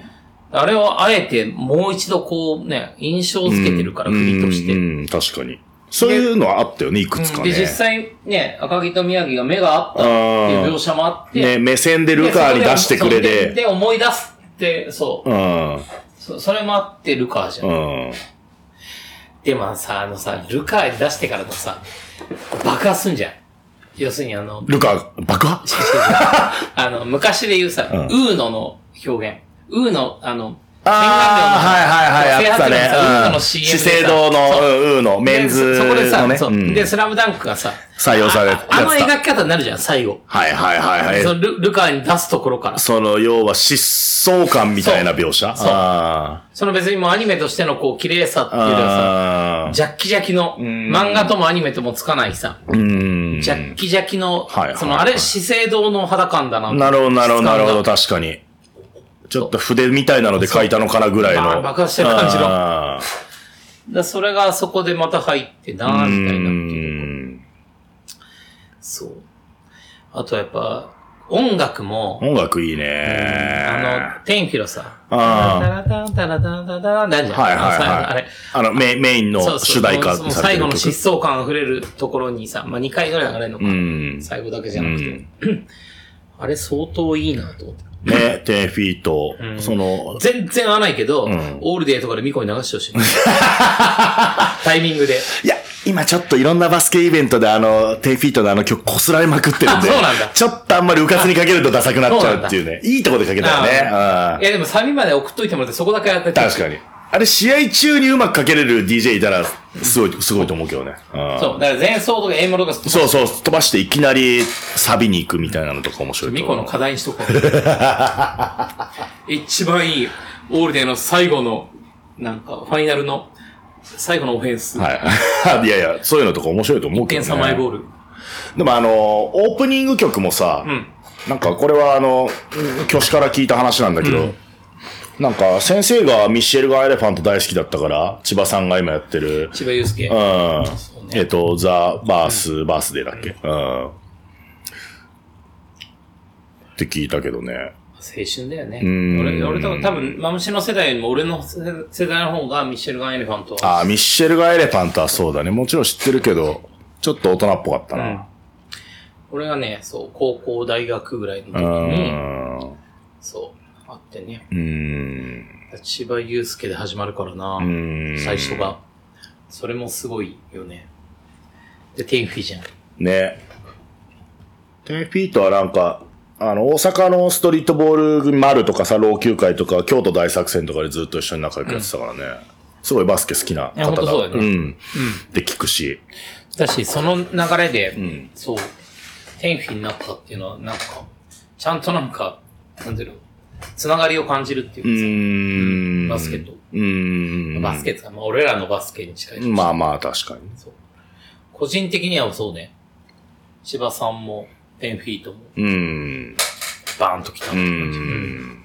あれをあえてもう一度こうね、印象付けてるから、振りとしうて。ん、うん確かに。そういうのはあったよね、いくつかで、ね。実際ね、赤木と宮城が目があったっていう描写もあって、ね、目線でルカに出してくれでそでこ。で、思い出すって、そう。うん。そそれもあってルカーじゃん。うん。でもさ、あのさ、ルカー出してからのさ、爆発すんじゃん。要するにあの、ルカ、爆破 あの、昔で言うさ、んウーノの表現。ウーノ、あの、あーはいはいはい、や洗った顔料のねさ。ウーノうのん CM 資生堂の、うんうんの、メンズのでね。そこでさ、そううんで、スラムダンクがさ、採用されてあのや描き方になるじゃん、最後。はいはいはいそはのルルカーに出すところからい。。その、要は疾走感みたいな描写そうあその別にもうアニメとしてのこう、綺麗さってーいうのはあさ、ー。ジャッキジャキの、漫画ともアニメともつかないさ、うん。ジャッキジャキのはいはい、そのあれ、資生堂の肌感だな。なるほどなるほどなるほど、質確か感がに。ちょっと筆みたいなので書いたのかなぐらいバーの。ン爆発してる感じのあーだそれがそこでまた入ってなーみたいなうっていう。ん。そう。あとやっぱ、音楽も、音楽いいね。あの、天気のさ、あーダラダンダラダンダラダンなんじゃん。はいはいあのさはあいれ。あの、メインメインのそうそう主題歌そのされ最て後のる曲。疾走感溢れるところにさ、まあ2回ぐらい流れるのか。うん。最後だけじゃなくて。あれ相当いいなと思って。ね、10フィート、その、全然合わないけど、オールデーとかでミコに流してほしい。 タイミングで。いや、今ちょっといろんなバスケイベントであの、10フィートのあの曲こすられまくってるんで、あそうなんだちょっとあんまりうかつにかけるとダサくなっちゃうっていうね。いいとこでかけたよねああーいやでもサビまで送っといてもらってそこだけやってー。確かに。あれ、試合中にうまくかけれる DJ いたら、すごい、すごいと思うけどね。うんそう。だから前奏とか A モロとか、そうそう、飛ばしていきなりサビに行くみたいなのとか面白いとミ思コう。の課題にしと こう。一番いい、オールデーの最後の、なんか、ファイナルの、最後のオフェンス。はい。 いやいや、そういうのとか面白いと思うけど点ね。差マイボール。でもあの、オープニング曲もさ、なんかこれはあの、挙手から聞いた話なんだけど、なんか先生がミシェルがエレファント大好きだったから、千葉さんが今やってる、千葉祐介。うん、うねえっと、ザ・バース、バースデーだっけ、うん。って聞いたけどね。青春だよね。ん俺、俺と多分、マムシの世代よりも俺の世世代の方がミシェルガン・エレファント。あー、ミッシェルがエレファントはそうだね。もちろん知ってるけど、ちょっと大人っぽかったな。俺がね、そう、高校、大学ぐらいの時うに、ん。そう、あってね。うん。千葉祐介で始まるからな。ん最初が。それもすごいよね。で、テイフィじゃん。ね。10フィートはなんか、あの、大阪のストリートボール組丸とかさ、老朽会とか、京都大作戦とかでずっと一緒に仲良くやってたからね。すごいバスケ好きないやほ方んだ。とそうだよねん。って聞くし。だし、その流れで、そう、天気になったっていうのは、なんか、ちゃんとなんか、なんていうの、つながりを感じるってういーん。うかバスケット。うーん。バスケってか、まあ俺らのバスケに近い。まあまあ、確かに。そう個人的にはそうね、芝さんも、テンフィートも、うーん。バーンと来たってう感じ。ーん。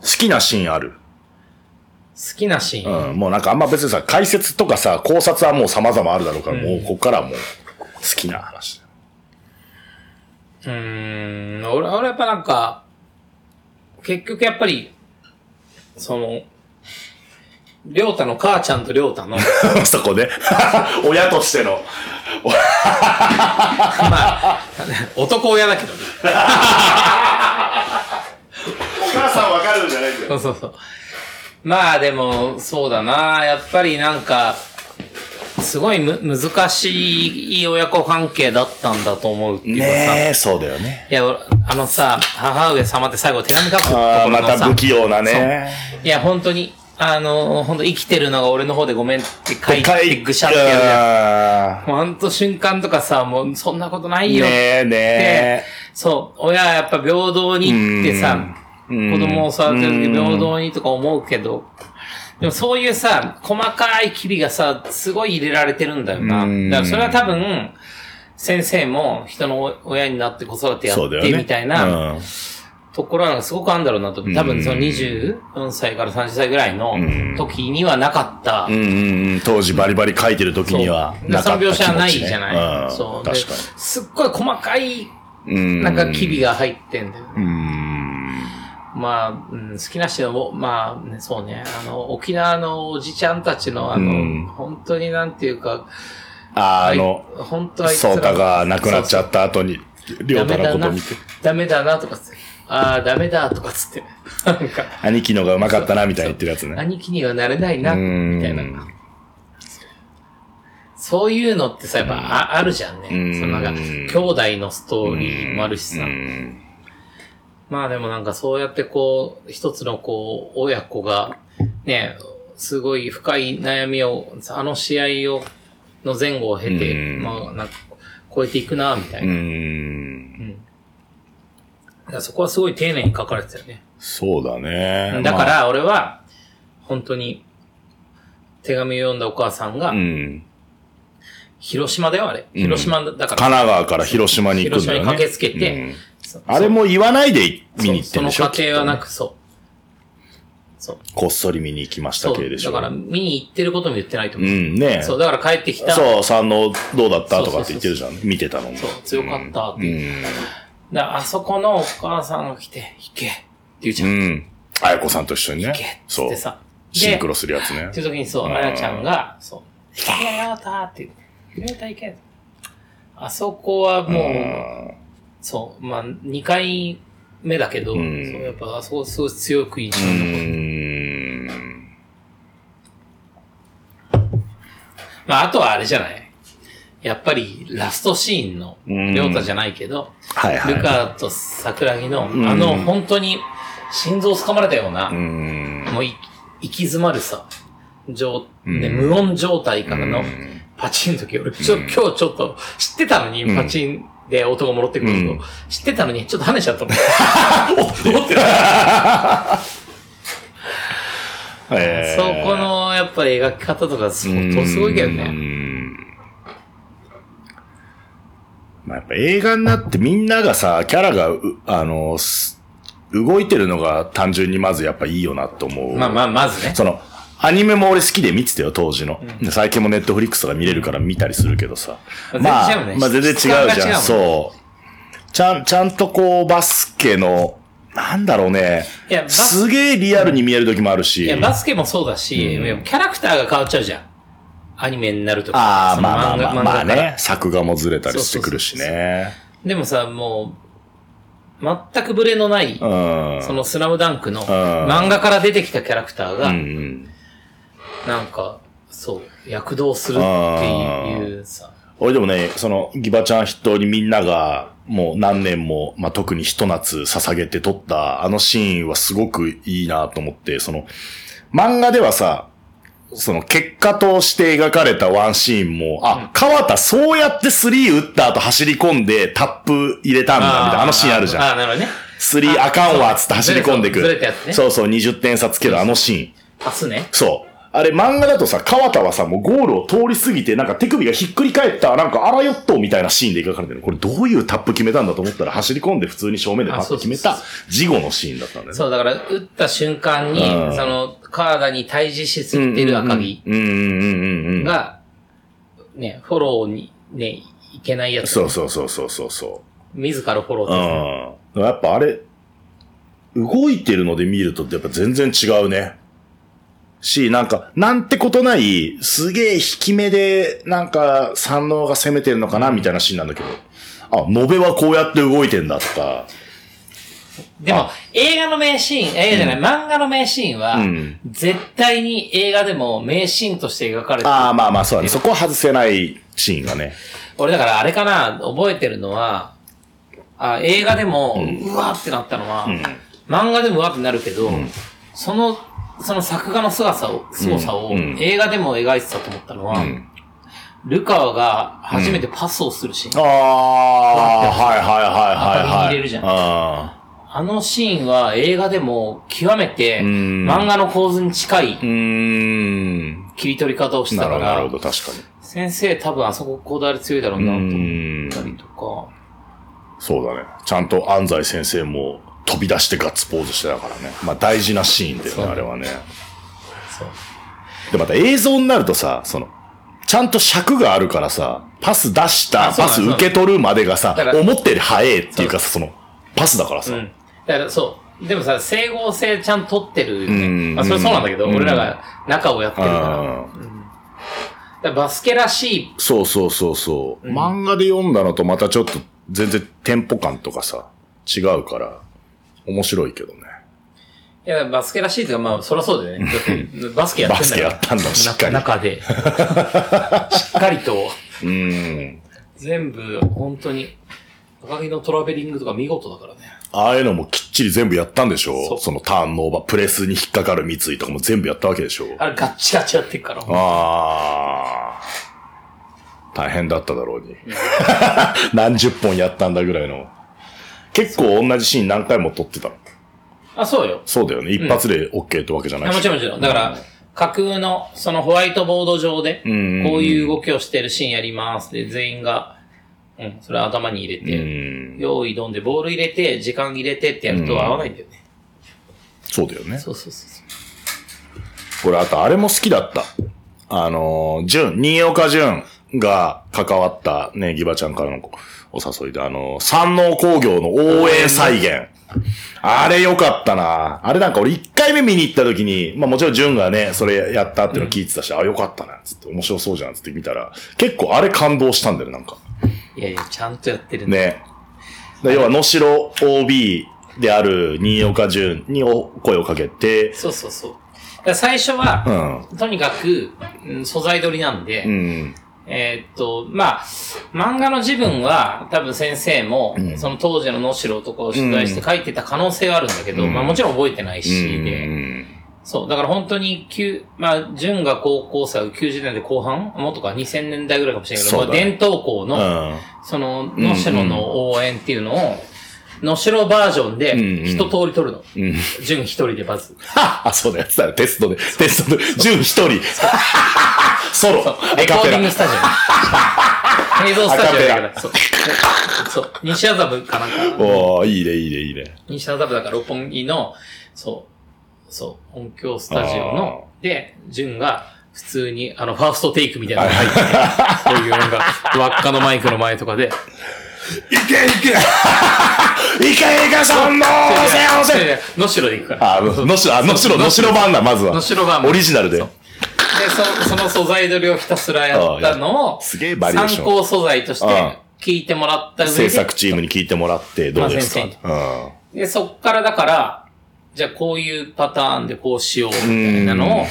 好きなシーンある好きなシーン、うん。もうなんかあんま別にさ、解説とかさ、考察はもう様々あるだろうから、もうこっからはもう、好きな話。 うーん、俺、俺やっぱなんか、結局やっぱり、その、りょうたの母ちゃんとりょう たの、そこで。親としての。男親だけどね。お母さんわかるんじゃないけど。そうそうそう。まあでも、そうだな。やっぱりなんか、すごいむ、難しい親子関係だったんだと思うっていうかさ。ねえ、そうだよね。いや、俺あのさ、母上様って最後手紙書くところああ、まのさた不器用なね。いや、本当に、あの、本当生きてるのが俺の方でごめんって書いかていぐしゃってやるじゃん。やもうあんと瞬間とかさ、もうそんなことないよっねてえねえ。そう、親はやっぱ平等にってさ、子うん供を育てる時平等にとか思うけど、でもそういうさ、細かい機微がさ、すごい入れられてるんだよな。うんだからそれは多分、先生も人の親になって子育てやそうっだよてね。みたいなうんところがすごくあるんだろうなと。多分その24歳から30歳ぐらいの時にはなかった。うんうんうん。当時バリバリ書いてる時にはそうなかった気持ち、ね。その描写はないじゃない。うん、そう。で確かすっごい細かい、に。うんなんか機微が入ってんだよね。うん。まあ、うん、好きな人も、まあ、ね、そうね、あの、沖縄のおじちゃんたちの、あの、うん本当になんていうか、ああの、い本当あいつらソータが亡くなっちゃった後に、りょダうたメのだことな見て、、ダメだなとかつって、ああ、ダメだとかつって、なんか、兄貴のがうまかったな、みたいに言ってるやつね。兄貴にはなれないな、うんみたいな。そういうのってさ、やっぱああるじゃんね。んそのなんか、兄弟のストーリーもあるしさ。うん。まあでもなんかそうやってこう、一つのこう、親子が、ね、すごい深い悩みを、あの試合を、の前後を経て、うんまあなんか、超えていくな、みたいうな。ん。だからそこはすごい丁寧に書かれてたよね。そうだね。だかまあ、ら俺は、本当に、手紙を読んだお母さんがう、ん。広島だよ、あれ。広島だか神ら、奈川から広島に行くんだよね。広島に駆けつけてうんそあれも言わないで見に行ってそるのでしょ過程はなく、そう。そう。こっそり見に行きましたそ系う。でしだょ。から、見に行ってることも言ってないとう思う。ん、ねえ。そう、だから帰ってきた。そう、三能どうだったとかって言ってるじゃん。見てたのも。そう、強かったっうていう。ん。だからあそこのお母さんが来て、行けって言うじゃ。うん行ん。あやこさんと一緒にねけっ。つっそてう。さ。シンクロ。ロするやつねって。いう時にそう、うんあやちゃんが、そう、行けよ、ヨタって言って、ヨタ行け。あそこはもう、そう、まあ、2回目だけど、そううんやっぱあそこすごい強く印象うに残る。ん。まあ、あとはあれじゃないやっぱり、ラストシーンの、うんりょうたじゃないけど、はいはい。ルカと桜木の、んあの、本当に、心臓を掴まれたようなう、ん。もうい行き詰まるさ、状、ね、うん無音状態からうのんパチンの時、俺、ちょ、今日ちょっと、知ってたのに、んパチンで音が戻ってくるうんこと、知ってたのに、ちょっと跳ねちゃったもん。思ってえそこの、やっぱり描き方とか、相当すごいけどね。ね。まあ、やっぱ映画になってみんながさ、キャラがう、あの、す動いてるのが単純にまずやっぱいいよなと思う。まあまあ、まずね。その、アニメも俺好きで見てたよ、当時の。最近もネットフリックスとか見れるから見たりするけどさ。まあまあ全然違うよね、まあ全然違う質感が違じうもゃんん。そう。ちゃん、ちゃんとこう、バスケの、なんだろうねいや。バスすげえリアルに見える時もあるいし。や、バスケもそうだし、いうんやキャラクターが変わっちゃうじゃん。アニメになるときああ、そのまあまあまあ、漫画まあ漫画からね。作画もずれたりしてくるしね。でもさ、もう、全くブレのない、うん。そのスラムダンクのん漫画から出てきたキャラクターがう、ん。なんか、そう、躍動するっていうさ。俺でもね、その、ギバちゃん筆頭にみんなが、もう何年も、まあ、特にひと夏捧げて撮ったあのシーンはすごくいいなと思って、その、漫画ではさ、その結果として描かれたワンシーンも、あ、川田そうやってスリー打った後走り込んでタップ入れたんだ、みたいな、あのシーンあるじゃん。あー、なるほどね。スリーあかんわ、つって走り込んでくずれたやつねそうそう、20点差つけるあのシーン。パスね。そう。あれ漫画だとさ、川田はさ、もうゴールを通り過ぎて、なんか手首がひっくり返った、なんか荒ヨットみたいなシーンで描かれてる。これどういうタップ決めたんだと思ったら、走り込んで普通に正面でタップ決めあたそ、事後のシーンだったんだよね。そう、だから、打った瞬間にう、んその、カーダに対峙しすぎてる赤木うんうんうんうんうん。が、ね、フォローに、ね、いけないやつ。そうそうそうそうそうそ自らフォロう。うーん。でもやっぱあれ、動いてるので見るとやっぱ全然違うね。し、なんか、なんてことない、すげえ引き目で、なんか、三能が攻めてるのかな、みたいなシーンなんだけど。あ、延べはこうやって動いてんだとか。でも、映画の名シーン、映画じゃない、漫画の名シーンは、うん絶対に映画でも名シーンとして描かれてる。ああ、まあまあ、そうだね。そこは外せないシーンがね。俺だからあれかな、覚えてるのは、あ映画でも、うわーってなったのは、漫画でもうわーってなるけど、その、その作画の凄さを、凄さを、うん映画でも描いてたと思ったのは、ルカワが初めてパスをするシーン。ああ、はいはいはいはい、はい。頭に入れるじゃんああのシーンは映画でも極めて、ん漫画の構図に近いーうーん。切り取り方をしてなたるかほど、なるらほど、、確かに。先生多分あそここだわり強いだろううなと思ーんったりとか、そうだね。ちゃんと安西先生も飛び出してガッツポーズしてたからね。まあ大事なシーンだよね、そうあれはね。そう。で、また映像になるとさ、その、ちゃんと尺があるからさ、パス出した、あそうパなんスそうなん受け取るまでがさだか、ら思ったより早えっていうかさ、その、パスだからさ。うん。だからそう。でもさ、整合性ちゃんと取ってるよね。うんまあそれはそうなんだけど、うん俺らが中をやってるから。だかあーらバスケらしい。そうそうそうそう、漫画で読んだのとまたちょっと全然テンポ感とかさ、違うから、面白いけどね。いや、バスケらしいっていうか、まあ、そりゃそうだよね。だってバスケやってんだバスからケやったんだもんしっかりな中 で。しっかりと、うーん。全部、本当に、赤木のトラベリングとか見事だからね。ああいうのもきっちり全部やったんでしょそそうのターンのオーバー、プレスに引っかかる三井とかも全部やったわけでしょあれガッチガチやってるから。あー。大変だっただろうに。 何十本やったんだぐらいの。結構同じシーン何回も撮ってたの。あ、そうよ。そうだよね。一発で OK ってわけじゃないあもちろんん。もちろん。だから、架空の、そのホワイトボード上で、こういう動きをしてるシーンやります。で、全員が、うん、それ頭に入れうて、ん。用意どんで、ボール入れて、時間入れてってやると合わないんだよね。そうだよね。そうそうそこうれあとあれも好きだった。あのー、淳、新岡淳が関わったね、ギバちゃんからのお誘いで、あのー、山王工業の応援再現。あれ良かったな。あれなんか俺一回目見に行った時に、まあもちろん淳がね、それやったっていうの聞いてたし、あ、良かったな、つって面白そうじゃん、つって見たら、結構あれ感動したんだよ、なんか。そう。いやいや、ちゃんとやってるね。ね。だ要は、野城 OB である新岡淳にお声をかけて、そうそうそう。だから最初はう、ん。とにかく、うん素材取りなんで、うん。えーっと、まあ、漫画の自分は、多分先生も、その当時の能代とかを取材して書いてた可能性はあるんだけど、まあもちろん覚えてないし、で、うんそう、だから本当に、旧、まあ、純が高校生、90年代後半もっとか2000年代ぐらいかもしれないけど、そうだねまあ伝統校うの、ん。 その、能代の応援っていうのを、能代バージョうンんで、一通り取るの。純一人でまず。あ、そうだよ。つったらテストで、テストで、純一人。ソロ。レエコカーペディラングスタジ オ。映像スタジオだかアカペら、そう。そう。西麻布かなんか。おー、いいね、いいね、いいね。西麻布だから六本木の、そう、そう、音響スタジオの、で、純が普通に、あの、ファーストテイクみたいなのが入ってて、そういうなんか、輪っかのマイクの前とかで、いけいけ いけいけ、そんな押せ押せで、のしろで行くから。あ、のしろ、あ、のしろ、のしろ版だ、まずは。のしろ版オリジナルで。そうで、そその素材取りをひたすらやったのを、すげえバリエーション参考素材としうんて、聞いてもらった上制で作、チームに聞いてもらって、どうですかまあ先うん。で、そっからだから、じゃあこういうパターンでこうしようみたいなのを、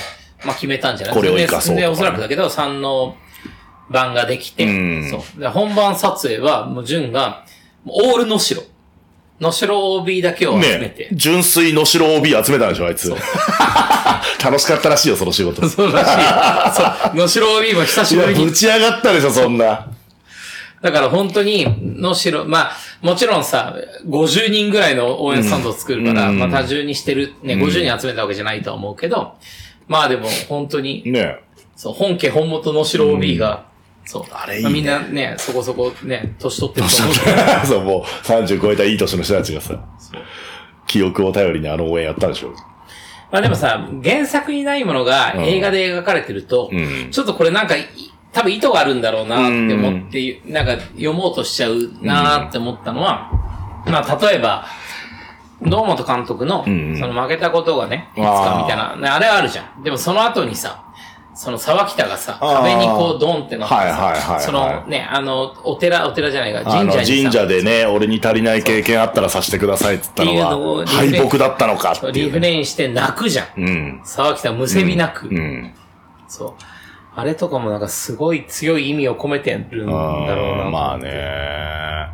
まあ決めたんじゃないこれを生かそうとかねで、おそらくだけど、三の番ができてうん、そう。で本番撮影は、もう、純が、オールのしろ。のしろ OB だけを集めねて。純粋のしろ OB 集めたんでしょ、あいつ。 楽しかったらしいよ、その仕事。 い そうらしいよ。そう。のしろ OB も久しぶや、りにぶち上がったでしょ、そんな。だから本当に、能代、まあ、もちろんさ、50人ぐらいの応援スタンドを作るから、うんまあ多重にしてる、ね、50人集めたわけじゃないとは思うけど、まあでも本当に、ねそう、本家本元能代 OB が、そう、あれいいまねみんなね、そこそこね、年取ってると思うけ そど、う、もう30超えたいい年の人たちがさ、記憶を頼りにあの応援やったんでしょ。まあでもさ、原作にないものが映画で描かれてると、うんちょっとこれなんかい、多分意図があるんだろうなって思って、なんか読もうとしちゃうなって思ったのは、まあ例えば、堂本監督の、んその負けたことがね、いつあーかみたいな、ねあれはあるじゃん。でもその後にさ、その沢北がさ、あー壁にこうドンってなってさ、はいはいはいはいそのね、あの、お寺、お寺じゃないか、あ神の、社にさ、神社でね、俺に足りない経験あったらさせてくださいって言ったっていうののをは、敗北だったのかっていリうフね。レインして泣くじゃん。うん。沢北むせび泣く。うん。そう。あれとかもなんかすごい強い意味を込めてるんだろううな。んまあね。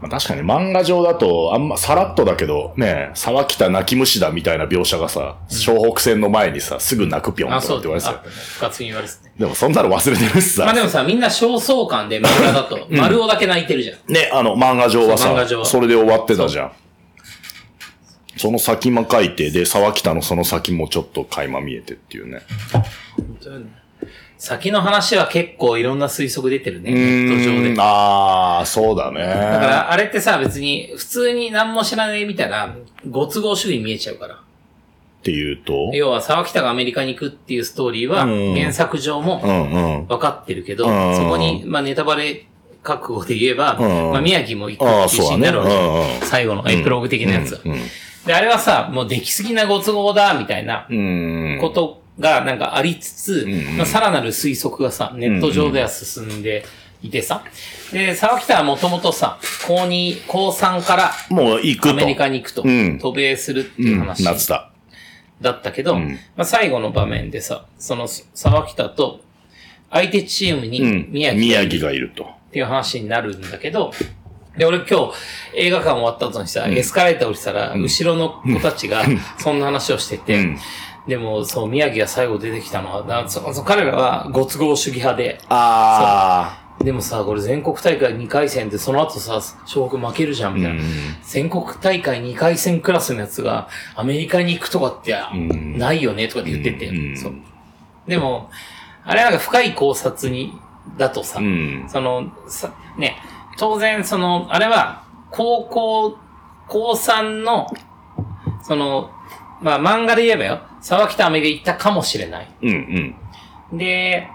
まあ、確かに漫画上だと、あんま、さらっとだけど、ね、沢北泣き虫だみたいな描写がさ、湘北戦の前にさ、すぐ泣くぴょんとあ、かそっうて言われてたあよ。不活に言われてたね。でもそんなの忘れてるしさ。まあでもさ、みんな焦燥感で漫画だと、丸尾だけ泣いてるじゃん。ね、あの、漫画上はさそう漫画上はそれで終わってたじゃん。その先も書いて、で、沢北のその先もちょっと垣間見えてっていうね。本当よね先の話は結構いろんな推測出てるね、ネット上で。だああ、そうだね。から、あれってさ、別に、普通に何も知らない見たら、ご都合主義に見えちゃうから。っていうと、要は、沢北がアメリカに行くっていうストーリーはうん、原作上も、うんうん。分かってるけど、うんそこに、まあ、ネタバレ覚悟で言えば、うんまあ、宮城も行くあっあていうシそーンうだねになるわけ、うんうん最後のエプローグ的なやつは、うんうんで、あれはさ、もう出来すぎなご都合だ、みたいなうん。ことがなんかありつつ、まあ、さらなる推測がさ、ネット上では進んでいてさ、で、沢北はもともとさ、高2、高3から、もう行くと。アメリカに行くと、うん渡米するってう、いうん話夏だ。だったけど、んまあ、最後の場面でさ、その沢北と相手チームにうん。宮城宮城がいると。っていう話になるんだけど、で、俺今日映画館終わった後にさ、エスカレーター降りてたら、後ろの子たちがそんな話をしてて、うんでも、そう、宮城が最後出てきたのは、なそそ彼らはご都合主義派で、あでもさ、これ全国大会2回戦でその後さ、小北負けるじゃん、みたいな。うん全国大会2回戦クラスのやつが、アメリカに行くとかって、んないよね、とかって言ってて、うんそう。でも、あれなんか深い考察に、だとさ、うんその、さ、ね、当然その、あれは、高校、高3の、その、まあ漫画で言えばよ、沢北アメリカ行ったかもしれない。うんうん。で、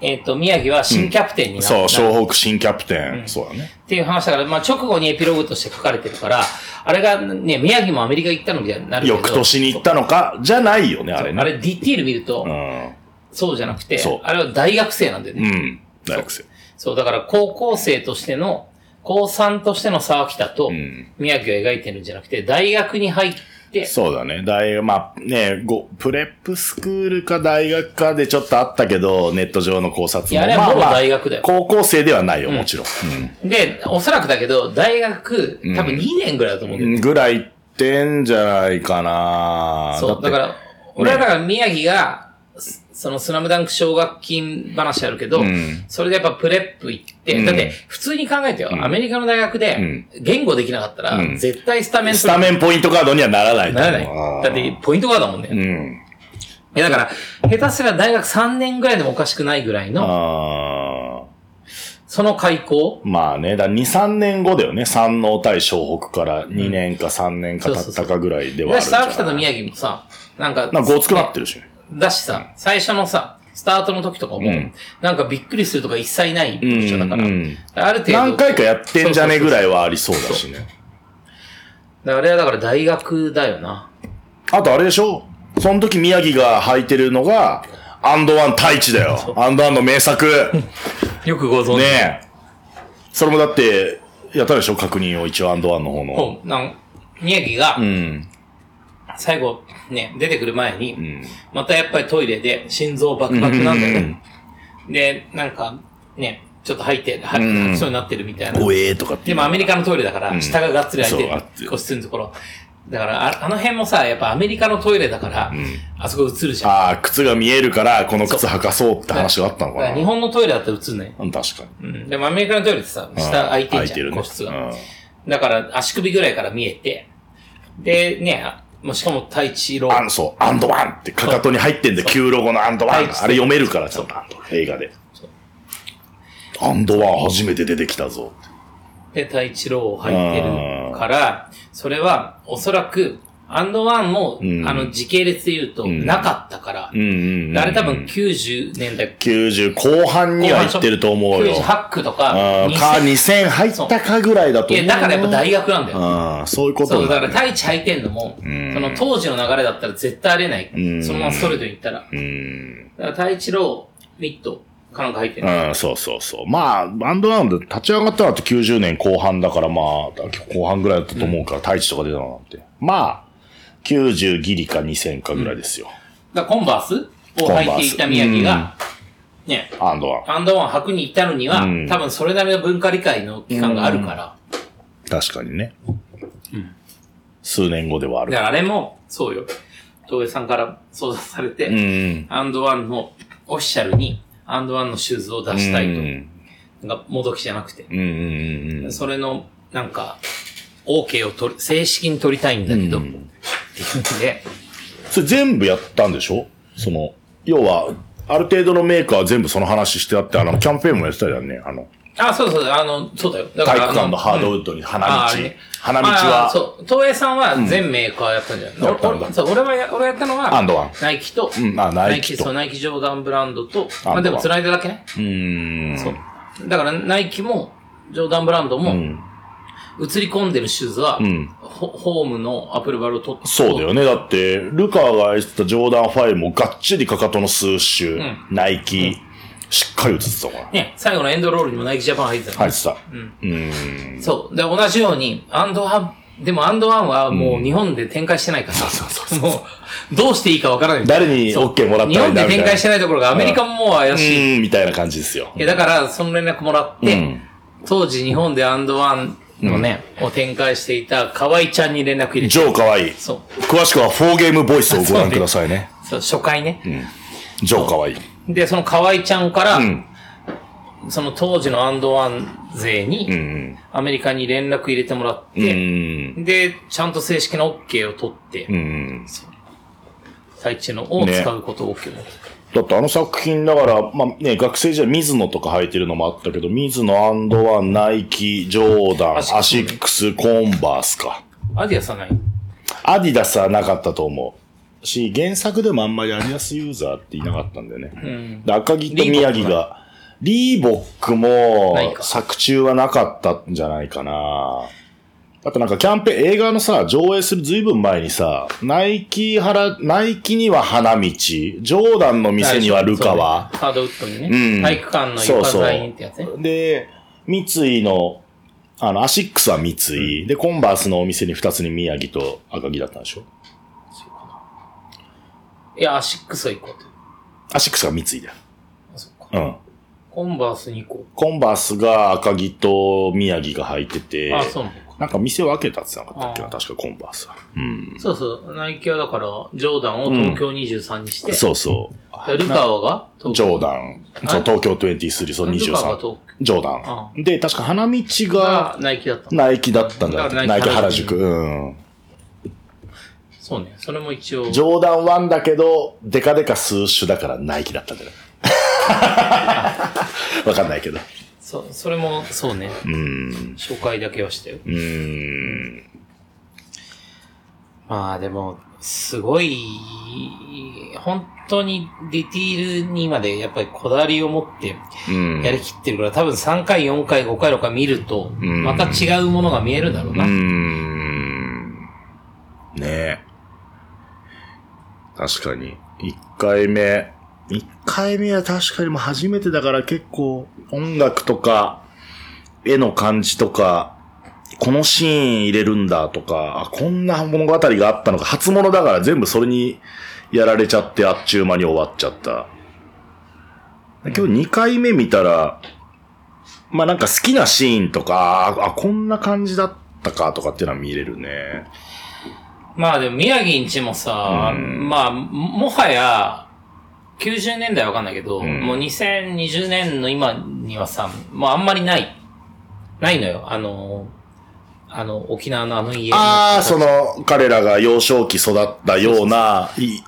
えっ、と、宮城は新キャプテンになった、そう、っ湘北新キャプテン。そうだね。ていう話だから、まあ直後にエピローグとして書かれてるから、あれがね、宮城もアメリカ行ったのみたいになるけど。翌年に行ったのか、じゃないよね、あれあね。れディティール見ると、そうじゃなくてそう、あれは大学生なんだよね。うん。うん。大学生。そう、だから高校生としての、高3としての沢北とん、宮城を描いてるんじゃなくて、大学に入って、そうだね。大学、まあね、ご、プレップスクールか大学かでちょっとあったけど、ネット上の考察いやも。あれまはあもうまあ大学だよ高校生ではないよ、もちろん。で、おそらくだけど、大学、多分2年ぐらいだと思うんだうよ。んぐらい行ってんじゃないかなそう、だかってら、俺はだから宮城が、すそのスラムダンク奨学金話あるけど、んそれでやっぱプレップ行って、だって普通に考えてよ、アメリカの大学で言語できなかったら、うん絶対スタメンスタメンポイントカードにはならないとな思う。らない。だってポイントガードだもんね。うん。え、だから、下手すら大学3年ぐらいでもおかしくないぐらいの、あその開校ーまあね、だ2、3年後だよね。山王対湘北から2年か3年か経ったかぐらいではあだるしじゃさ、ない。秋田と宮城もさ、なんか、なんかごつくなってるしね。だしさ、最初のさ、スタートの時とかも、んなんかびっくりするとか一切ない文章だから、うんうんある程度、何回かやってんじゃねえぐい。らいはありそうだしね。だからあれはだから大学だよな。あとあれでしょその時宮城が履いてるのが、アンドワン太一 だよ。アンドワンの名作。よくご存知。ねえ。それもだって、やったでしょ確認を一応アンドワンの方の。もうなん宮城がう、ん。最後、ね、出てくる前に、またやっぱりトイレで心臓バクバクなんだよね。で、なんか、ね、ちょっと入って、は吐きそうになってるみたいな。おえーとかっていでう。もアメリカのトイレだかうら、ん下ががっつり開いてそうあってる、個室のところ。だからあ、あの辺もさ、やっぱアメリカのトイレだから、あそこ映るじゃん。ああ、靴が見えるから、この靴履かそうって話があったのかだかな。ら日本のトイレだったら映んない。うん確かに。うん。でもアメリカのトイレってさ、下開いてるじゃん、ね個室が。うんだから、足首ぐらいから見えて、で、ね、あもうしかも太一郎。アン、そう、アンドワンってかかとに入ってんだよ、旧ロゴのアンドワン。あはれい読めるから、ちょっと、映画で。アンドワン初めて出てきたぞ。で、太一郎を履いてるから、それは、おそらく、アンドワンも、んあの、時系列で言うと、なかったから、うんうんうん。あれ多分90年代90後半には行ってると思うよ。 98区とかあ、ー2000か、2000入ったかぐらいだとい思う。や、だからやっぱ大学なんだよ。あーそういうことそう、だからね。太一履いてんのも、その当時の流れだったら絶対あれない。そのままストレートに行ったら。だうん。から太一郎、ミット、かなんか入ってる。うん、そうそうそう。まあ、バンドなんで立ち上がったのって90年後半だから、まあ、後半ぐらいだったと思うから、太一とか出たのなんて。まあ、90ギリか2000かぐらいですよ。だからコンバースを履いていた宮城が、ね、アンドワン。アンダーワン履くに行ったのには、うん多分それなりの文化理解の期間があるから。確かにね。数年後ではあだる。からあれも、そうよ。東映さんから相談されて、うん。アンドワンのオフィシャルに、アンドワンのシューズを出したういと。ん。なんか、もどきじゃなくて。うんうんそれの、なんか、OK を取り、正式に取りたいんだけど、って言って、それ全部やったんでしょその、要は、ある程度のメーカーは全部その話してあって、あの、キャンペーンもやってたじゃんね。あの、あ、そうそう、あの、そうだよ。だ体から育館のハードウウッッドにド花道。花道は、そう、東映さんは全メーカーやったんじゃない、やったんだ俺そう俺はや、俺がやったのは、アンドワンナイキと、うんあナイキとそう、ナイキジョーダンブランドと、アンドワまンあでも繋いだだけね。うん。そう。だから、ナイキも、ジョーダンブランドも、映り込んでるシューズは、ホホームのアップルバルを取って、そうだよね。だって、ルカが愛してたジョーダン5もがっちりかかとの数周、んナイキ、しっかり映ってたから。ね、最後のエンドロールにもナイキジャパン入ってたの入ってた。そう。で、同じように、アンドワン、でもアンドワンはもう日本で展開し てないから、もう、どうしていいかわからない。誰にそう OK もらったらいいんだみ日本でたい展な開してないところがアメリカももう怪しい。うん、みたいな感じですよい。や、だから、その連絡もらって、うん当時日本でアンドワンのね、を展開していた河合ちゃんに連絡入れて、ジョーかわいい。そう。詳しくは4ゲームボイスをご覧くださいね。そう初回ね。ジョーかわいい。で、その河合ちゃんから、んその当時のアンドワン勢うに、ん。アメリカに連絡入れてもらっうて、ん。で、ちゃんと正式な OK を取って、うん。最中のを使うことを OK だだってあの作品だから、まあね、学生時代水野とか履いてるのもあったけど、水野アンドワン、ナイキ、ジョーダン、アシックスねアシックス、コンバースか。アディアスはない。アディダスはなかったと思う。し、原作でもあんまりアディダスユーザーっていなかったんだよね。で赤木と宮城が、リーボックないもか作中はなかったんじゃないかな。あとなんかキャンペーン、映画のさ、上映するずいぶん前にさ、ナイキ原、ナイキには花道、ジョーダンの店にはルカワ、そうねハードウッドにね。うん体育館の床材にってやつね。で、三井の、あの、アシックスは三井、で、コンバースのお店に二つに宮城と赤木だったんでしょいや、アシックスは行こうと。アシックスが三井だよ。あ、そっか。うん。コンバースに行こコンバースが赤木と宮城が履いてて、う。あ、そうなのか。なんか店を開けたって言ってなかったっけな、あ確かコンバースは。うん。そうそう。ナイキはだから、ジョーダンを東京23にして、そうそう。でルカワが東ジ京ョーダン。そう、東京23、そう、ルカワが23東。ジョーあダン。で、確か花道京ががナイキだったの。ナイキだったんだだからナナイイキキ原原宿。宿うん。そうね。それも一応。ジョーダン1だけど、デカデカ数種だからナイキだったんじゃない わかんないけど。そそれも、そうね。紹介だけはしたよ。うーん。まあでも、すごい、本当にディティールにまでやっぱりこだわりを持ってうんやりきってるから、多分3回、4回、5回、6回見ると、んまた違うものが見えるだろうな。うーん。ねえ。確かに。一回目。一回目は確かにもう初めてだから結構音楽とか、絵の感じとか、このシーン入れるんだとか、あこんな物語があったのか、初物だから全部それにやられちゃってあっちゅう間に終わっちゃった。今日二回目見たら、まあなんか好きなシーンとか、あ、あこんな感じだったかとかっていうのは見れるね。まあでも宮城んちもさ、うんまあ、もはや、90年代わかんないけど、んもう2020年の今にはさ、もうあんまりない。ないのよ。あの、あの、沖縄のあの家のああ、その、彼らが幼少期育ったような、い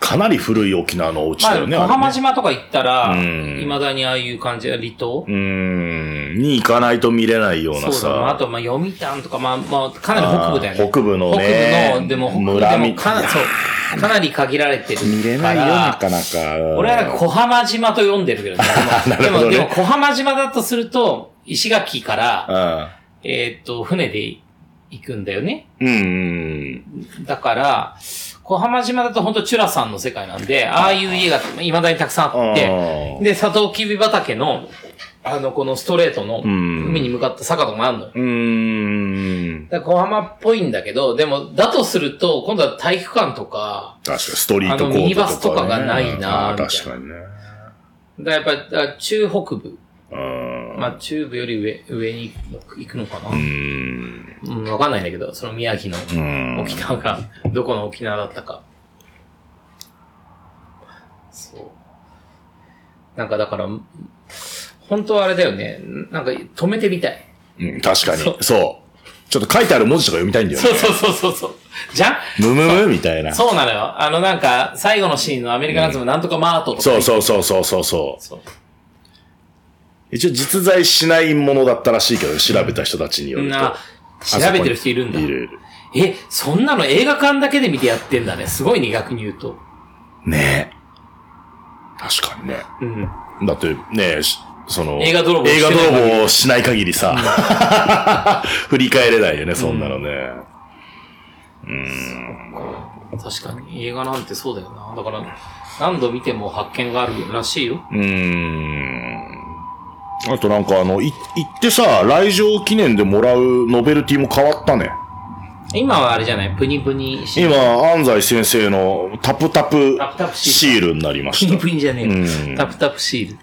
かなり古い沖縄のお家だよね。まあ、小あれね浜島とか行ったら、うん未だにああいう感じ、離島うーん、に行かないと見れないようなそうだな。あさ。と、まあ、読谷とか、まあ、まあ、かなり北部だよあね。ー北部のね北部の、でも、北部村でみもかな、そう、かなり限られてるから。見れないよ、なかなか。俺はなんか小浜島と呼んでるけどね。で も、なるほどねでも小浜島だとすると、石垣から、か。えーっと、船で行くんだよね。うん。うん。だから、小浜島だと本当チュラさんの世界なんで、ああいう家が未だにたくさんあってあ、ーで、サトウキビ畑の、あの、このストレートの、ん海に向かった坂とかもあるのよ。うーん。だから小浜っぽいんだけど、でも、だとすると、今度は体育館とか、確かに、ストリートコートとか、ね。あのミニバスとかがないあなーみたい確なかにね。だからやっぱ、だから中北部、うん。まあ中部より上、上に行くのかな。うん。うん、わかんないんだけど、その宮城うのん。沖縄が、どこの沖縄だったか。そう。なんかだから、本当はあれだよね。なんか止めてみたい。うん確かに。そそうう。ちょっと書いてある文字とか読みたいんだよねそ。うそうそうそうそう。じゃんムムムみたいな。そうなのよ。あのなんか、最後のシーンのアメリカナズムなんとかマートとか。そうそうそうそうそうそそう。う。一応実在しないものだったらしいけど、調べた人たちによみんると。なあ、そ調こにべてる人いるんだ。いるいる。え、そんなの映画館だけで見てやってんだね。すごいね、逆に言うと。ね確かにね。うん。だってね、しその、映画泥棒映し画てない泥棒をしない限りさ、 振り返れないよね、そんなのね。確かに。映画なんてそうだよな。だから、何度見ても発見があるらしいよ。うーん。あとなんかあの、い行ってさ、来場記念でもらうノベルティも変わったね。今はあれじゃないプニプニし、今、安西先生のタプタプタプタプシシールになりまプしニた。プニじゃねえうよ。んタプタプシール。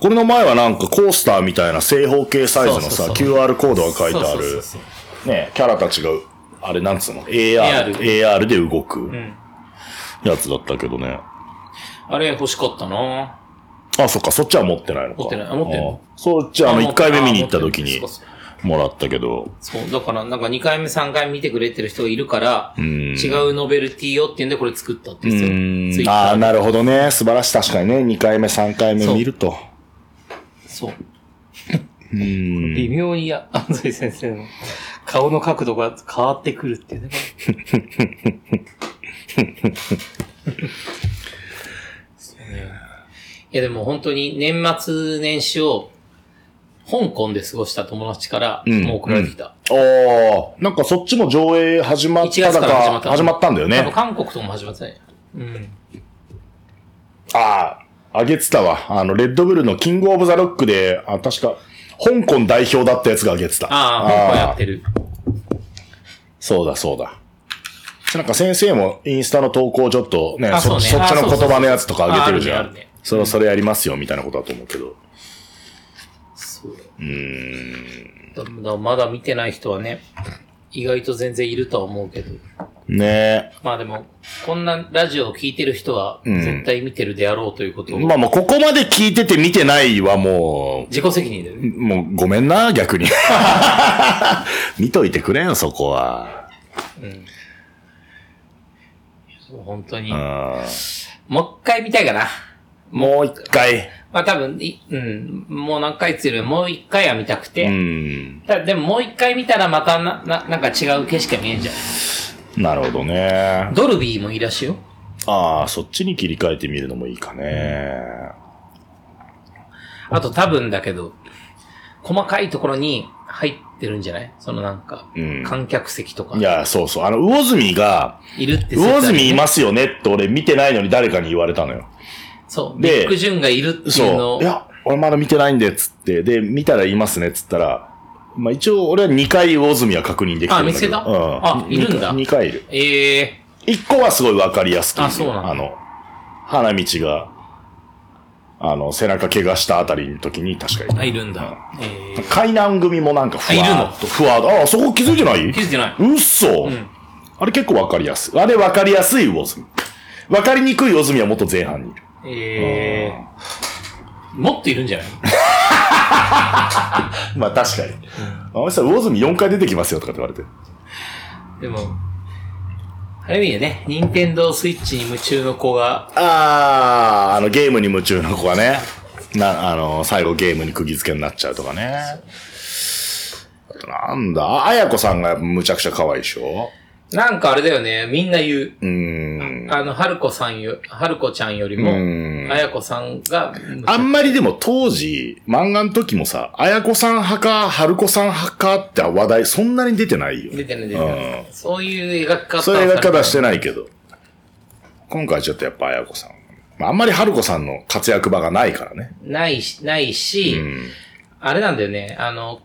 これの前はなんかコースターみたいな正方形サイズのそうさ、そうそ QR コードが書いてあそうそうる、そうそうね、キャラたちが、あれなんつうの ?AR、AR で動くんやつだったけどね。あれ欲しかったなあ、そっか、そっちは持ってないのか。持ってないあ持ってんのあそっちはあの、あ持1って回目見に行った時あに持ってるもらったけど。そう。だから、なんか2回目、3回目見てくれてる人がいるから、ん違うノベルティをっていうんでこれ作ったってう言ってーん。たよ。ああ、 Twitter なるほどね。素晴らしい。確かにね。2回目、3回目見ると。そう。微妙にや 安西先生の顔の角度が変わってくるっていうね。そうね いやでも本当に年末年始を香港で過ごした友達からんもう送られてきた。おー、なんかそっちも上映始まっ1た月だから始まかっ、た。始まったんだよあとね。韓国とも始まってない。うん。ああ、あげてたわ。あの、レッドブルのキングオブザロックで、あ、確か、香港代表だったやつがあげてた。ああ、香港やってる。る。そうだ、そうだ。なんか先生もインスタの投稿ちょっとね、あそそうねそっちあそのうそうそう言葉のやつとかあげてるじゃああるんねあるね。それはそれやりますよ、みたいなことだと思うけど。そううーん。だからまだ見てない人はね、意外と全然いるとは思うけど。ねまあでも、こんなラジオを聞いてる人は、絶対見てるであろうということえ。を、まあもうここまで聞いてて見てないはも自己責任でう、ね。もうごめんな、逆に。 見といてくれん、そこは。本当にう。んもう一回見たいかな。もう一回。まあ多分、いうん、もう何回つよりもう一回は見たくうて。ん。ただでももう一回見たらまたな、な、なんか違う景色が見えんじゃん。なるほどね。ドルビーもいいらしいよ。ああ、そっちに切り替えてみるのもいいかね。あと多分だけど、細かいところに入ってるんじゃないそのなんかうん、観客席とかい。や、そうそう。あの、魚住が、いるって魚説あるよね住いますよねって俺見てないのに誰かに言われたのよ。そう。ビでッグジュンがいるっていうのそう。いや、俺まだ見てないんで、つって。で、見たらいますね、っつったら。まあ一応、俺は2回魚住は確認できてるんだけど。あ見つけたあいるんだ 2, 回いる。ええ1個はすごいわかりやすくいる。あそうなんだあの、花道が、あの、背中怪我したあたりの時に確かあ、に。いるんだ。えー、海南組もなんかふわーっと、ふわーっと。ああ、そこ気づいてない気づいてないうっそ、あれ結構わかりやすい。あれわかりやすい魚住。わかりにくい魚住はもっと前半にいる。えー、もっといるんじゃないまあ確かに。あの人は魚住4回出てきますよとかって言われて。でも、ある意味でね、任天堂スイッチに夢中の子が、あー、あのゲームに夢中の子がね、な、あの、最後ゲームに釘付けになっちゃうとかね。あとなんだ、ああやこさんがむちゃくちゃ可愛いでしょなんかあれだよね、みんな言う。うーん。あの、春子さんよ、春子ちゃんよりも、あやこさんが、あんまりでも当時、漫画の時もさ、あやこさん派か、はるこさん派かって話題そんなに出てないよ。出てる出てる。そういう描き方をそういう描き方しさてないけど。今回ちょっとやっぱあやこさん。まああんまりはるこさんの活躍場がないからね。ないし、ないし、んあれなんだよね、あの、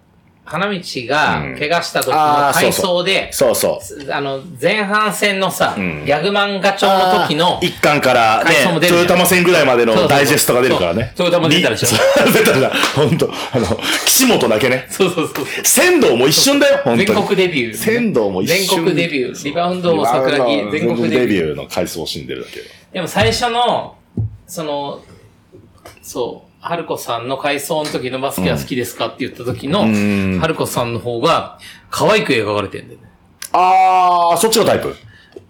花道が怪我した時のあー回想で、そうそう。あの、前半戦のさ、ギャグ漫画帳の時の、一巻から、ね回想も、出るじゃん豊玉戦ぐらいまでそうそのうそうダイジェストが出るからね。そう豊玉出たでしょょ。 出た出た。ほんと。あの、岸本だけね。そうそうそう。仙道も一瞬だよ、ほんと全に。国デビュー。仙道も一瞬。全国デビュー。リバウンドも桜あ木、の全全国国デデビュビュー。ーの回想死んでるだけよ。でも最初の、その、そう、春子さんの回想の時のバスケは好きですかって言った時の、春子さんの方が、可愛く描かれてるんだよね。あー、そっちのタイプ。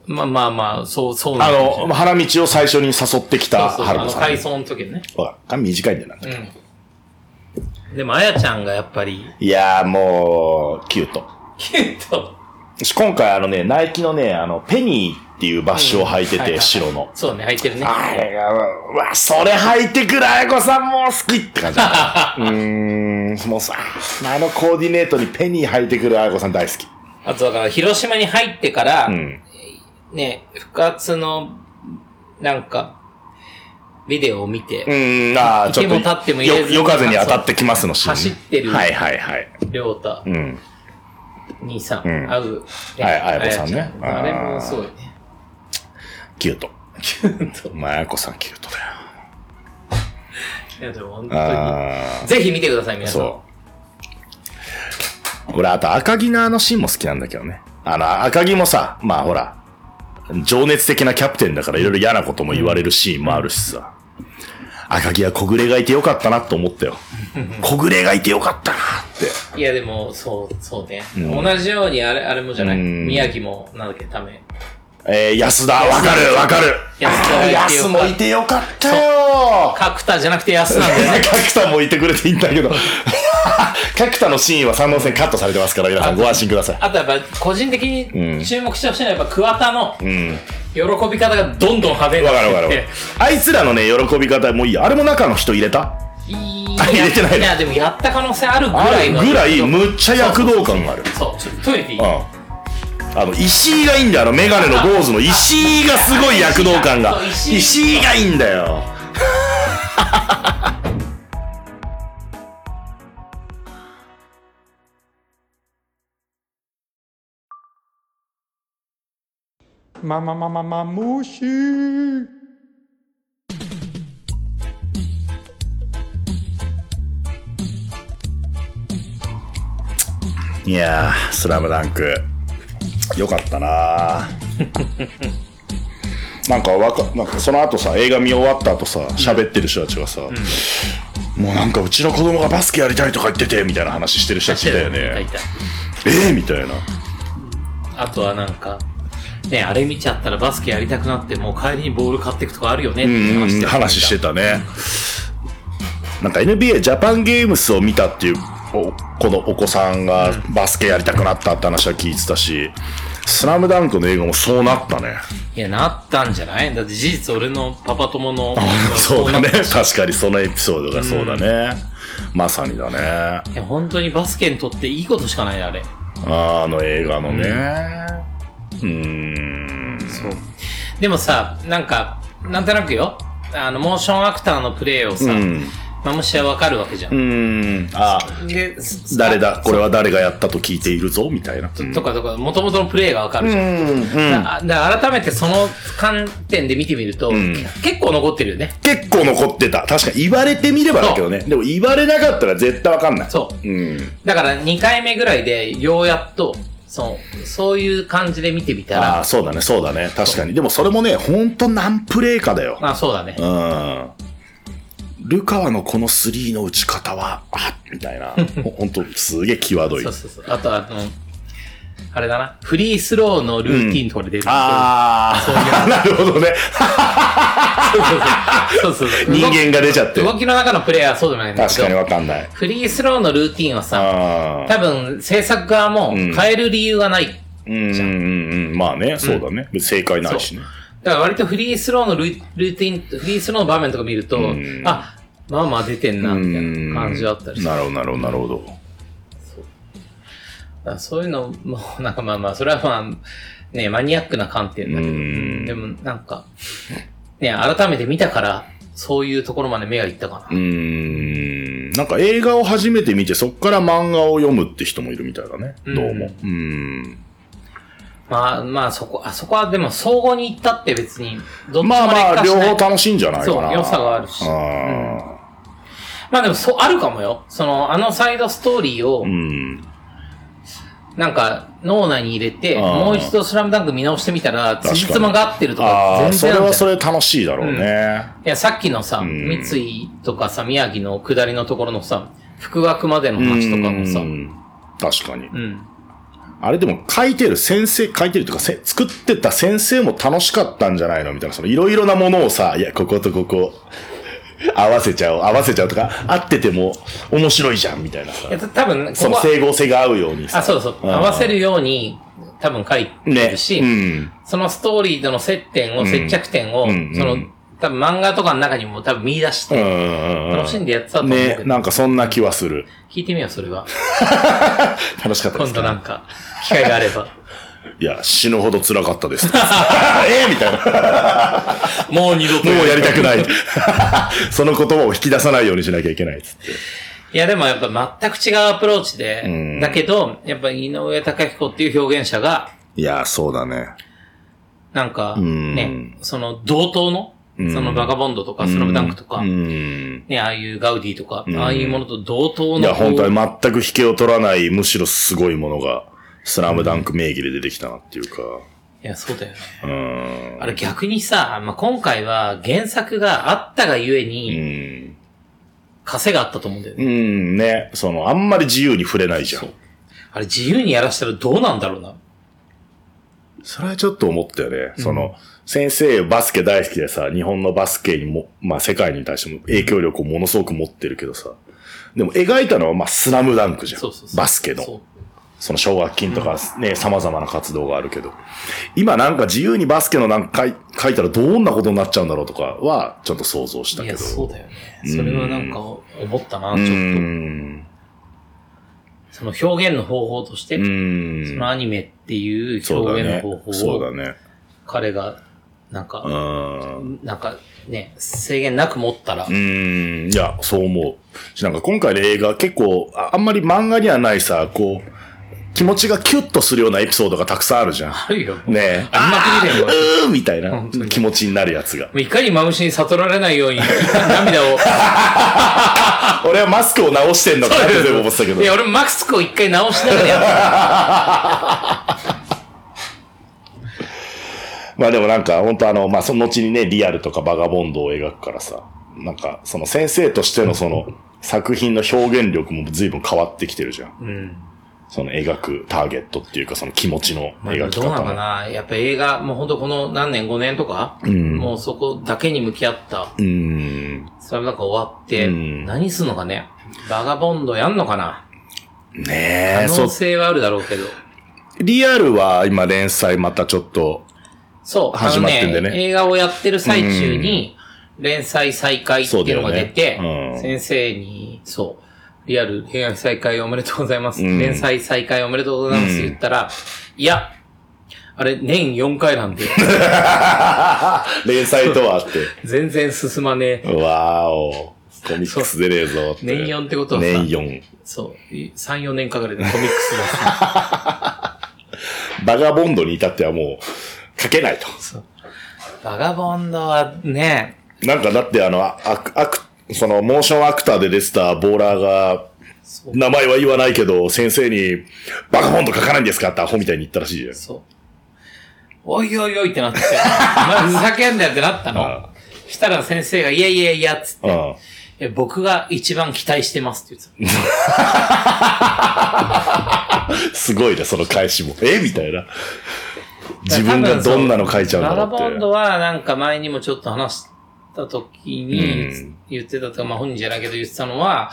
まあまあまあ、そう、そうなあんだの、花道を最初に誘ってきたそうそう、春あ子のさん回ね。想の時のね。ほら、髪短いんだよなんか。でも、あやちゃんがやっぱり、いやー、もう、キュート。キュッと。私今回あのね、ナイキのね、あの、ペニーっていうバッシュを履いてはいはいて、白の。そうね、入ってるね。あれが、うわ、それ履いてくるあやこさんもう好きって感じだね。うーん、もうさ、あのコーディネートにペニー履いてくるあやこさん大好き。あとだから、広島に入ってから、うん。ね、復活の、なんか、ビデオを見て、うん、ああ、ちょっと、いても立ってもいれずによ夜風に当たってきますのシーン。走ってるはいはいはい。りょうた、うん。兄さん、ん会う、はいあやこさんねあやちゃんあれもすごいね。キュート。 キュンと。まあ、あやこさんキュートだよ。いや、でも本当あに。ぜひ見てください、皆あ、さん。そう。俺、あと赤木のあのシーンも好きなんだけどね。あの、赤木もさ、まあほら、情熱的なキャプテンだからいろいろ嫌なことも言われるシーンもあるしさ。赤木は小暮がいてよかったなと思った よ。小暮がいてよかったなって。いや、でも、そう、そうね。同じように、あれ、あれもじゃない。宮城も、なんだっけ、ため。えー、安田、わかるわかる。安田がいてあよかったー安もいてよかったよ角田じゃなくて安なんだよね。角 田もいてくれていいんだけど。角田のシーンは三能線カットされてますから、皆さんご安心ください。あとやっぱ、個人的に注目してほしいのは、やっぱ、桑田の、うん。喜び方がどんどん派手にわかるなわかるわかってってる。あいつらのね、喜び方もいいよ。あれも中の人入れたいあ入れてないのいや、でもやった可能性あるぐあらいるの。ぐらい、むっちゃ躍動感がある。そう、ちょっとトイレでいいうん。あの、石井がいいんだよ。あの、メガネの坊 主の石井がすごい躍動感が。石井石井がいいんだよ。マママママムシいやー、スラムダンク、よかったなー なんかわか、なんかその後さ、映画見終わった後さ、喋ってる人たちがさ、もうなんかうちの子供がバスケやりたいとか言ってて、みたいな話してる人たちいたよいたいね。たえー、みたいな。あとはなんか、ね、あれ見ちゃったらバスケやりたくなって、もう帰りにボール買っていくとかあるよねっていううん話してた話してたね。なんか NBA ジャパンゲームスを見たっていうおこのお子さんがバスケやりたくなったって話は聞いてたし、スラムダンクの映画もそうなった ね。いや、なったんじゃないだって事実俺のパパ友の、 そうだね。い確かにそのエピソードがそうだね。まさにだね。や、本当にバスケにとっていいことしかないねあれ。あーあの映画のね。うーん。そう。でもさ、なんか、なんとなくよ、あの、モーションアクターのプレイをさ、うん。マムシはわかるわけじゃ。うんん。あで、す誰だこれは誰がやったと聞いているぞみたいな。とかとか、元々のプレイがわかるじゃん。だだから改めてその観点で見てみると、結構残ってるよね。結構残ってた。確かに言われてみればだけどね。でも言われなかったら絶対わかんない。そう。うん。だから2回目ぐらいで、ようやっと、そう、そういう感じで見てみたあら、あ、そうだね、そうだね。確かに。でもそれもね、ほんと何プレイかだよ。あそうだね。うん。ルカワのこの3の打ち方は、あみたい な。ほほんと、すげえ際どいそう。そうそう。あとは、あの、あれだな、フリースローのルーティンとかで出てくる。ああ、 なるほどね。そうそうそう。 人間が出ちゃってる動きの中のプレイヤーはそうじゃないんだ確けかにど、わかんない。フリースローのルーティンはさ、ああ。多分制作側も変える理由がない。うん、うん、うん。まあね、そうだね。正解ないしね。だから割とフリースローのルールーティン、フリースローの場面とか見ると、うんあ、まあまあ出てんな、みたいな感じだったりする。なるほど、なるほど、なるほど。だからそういうのも、 なんかまあまあ、それはまあ、ね、マニアックな観点だけうど、んでもなんか、ね、改めて見たから、そういうところまで目がいったかうな。ーん。なんか映画を初めて見て、そっから漫画を読むって人もいるみたいだね。うんどうも。うーん。まあまあ、そこ、あそこはでも、相互に行ったって別に、どっちもまあまあ、両劣化しない方楽しいんじゃないかな。そう良さがあるしあまあでも、そう、あるかもよ。その、あのサイドストーリーをーう、ん。なんか、脳内に入れて、あーもう一度スラムダンク見直してみたら、かに辻褄が合ってるとか、あ全あ、そ然あれるはじゃそん。いれ楽しいだろうね。や、さっきのさ、ん三井とかさ、宮城の下りのところのさ、福学までの話とかもさ、うん確かに。んあれでも書いてる先生、書いてるとかせ、作ってた先生も楽しかったんじゃないのみたいな、そのいろいろなものをさ、いや、こことここ、合わせちゃおう、合わせちゃおうとか、合ってても面白いじゃん、みたいなさい。や、た多分こそこのは、整合性が合うようにさ。あ、そうそう、ん合わせるように、多分書いてねる。し、うん。そのストーリーとの接点を、接着点を、うんそのうん、多分漫画とかの中にも多分見出しうんうて、んうん楽しんでやってたと思うけねど、、なんかそんな気はする。 聞いてみよう、それは。楽しかったで今す度か。な んか、機会があれば。いや、死ぬほど辛かったです。 ええみたいな。もう二度と もうやりたくない。 その言葉を引き出さないようにしなきゃいけないっつって。いや、でもやっぱ全く違うアプローチで、んだけど、やっぱ井上隆彦っていう表現者が、いや、そうだね。なんか、んね、その同等の、そのバガボンドとかスラムダンクとか、うん。ね、ああいうガウディとか、ああいうものと同等の、いや、本当こに全く引けを取らない、むしろすごいものが、スラムダンク名義で出てきたなっていうか。ういや、そうだよね。うん。あれ逆にさ、まあ、今回は原作があったがゆえうに、ん。稼があったと思うんだようね。ん、ね。その、あんまり自由に触れないじゃん。あれ自由にやらしたらどうなんだろうな。それはちょっと思ったよね。その、先生バスケ大好きでさ、日本のバスケにも、まあ世界に対しても影響力をものすごく持ってるけどさ。でも描いたのはまあスラムダンクじゃん。そうそうそう。バスケの。そうその奨学金とかね、様々な活動があるけど。今なんか自由にバスケのなんか書い書いたらどんなことになっちゃうんだろうとかは、ちょっと想像したいけや、ど。そうだよね。それはなんか思ったな、うちょっとー。ん。その表現の方法として、うそーん。のアニメっていうそう表だ現のね方法。そうだを、ね。彼が、なんうか、ーん。なんかね、制限なく持ったらう、ーん、いや、そう思う。しなんか今回の映画結構、ああんまり漫画にはないさ、こう、気持ちがキュッとするようなエピソードがたくさんあるじゃん。あるよ。ねえ。あんまくりだよ。もうーみたいな本当に気持ちになるやつが。ういかにマムシに悟られない ように、涙を。俺はマスクを直してんのかなって全部思ってたけどい。や、俺マックスクを一回直しながらやっまあでもなんか、本当あの、まあその後にね、リアルとかバガボンドを描くからさ、なんか、その先生としてのその、作品の表現力も随分変わってきてるじゃん。た。うん。その描くターゲットっていうか、その気持ちのまあで描もきどうな方のかも。なやっぱ映画、もうほんとこの何年、5年とか、もうそこだけに向き合った、うーん。それなんか終わって、うん何すんのかねバガボンドやんのかなねえ、可そ能性はあるだろうけど。リアルは今連載またちょっと、そう、始まってんでねあの映画をやってる最中に、連載再開っていうのが出て、そうだよねうん先生に、そう、リアル、平安再開おめでとうございます。うん連載再開おめでとうございますって言ったら、いや、あれ、年4回なんで、 連載とはあって。 全然進まねえ。わーお。コミックス出ねえぞって。年4ってことはさ年4。そう。3、4年かかるでコミックスのさバガボンドに至ってはもう、書けないと。そう。バガボンドはね、なんかだってあの、あアク、アク、その、モーションアクターで出てたボーラーが、そう。名前は言わないけど、先生に、バカボンド書かないんですかってアホみたいに言ったらしいじゃん。そう。おいおいおいっ てなって、お前ふざけんなよってなったあの。したら先生が、いやいやいや、つって、うん。え僕が一番期待してますって言ってすごいね、その返しも。えみたいな。自分がどんなの書いちゃた。うんバだガろうって。ボンドはなんか前にもちょっと話した時うにん言ってたとか、まあ本人じゃないけど言ってたのは、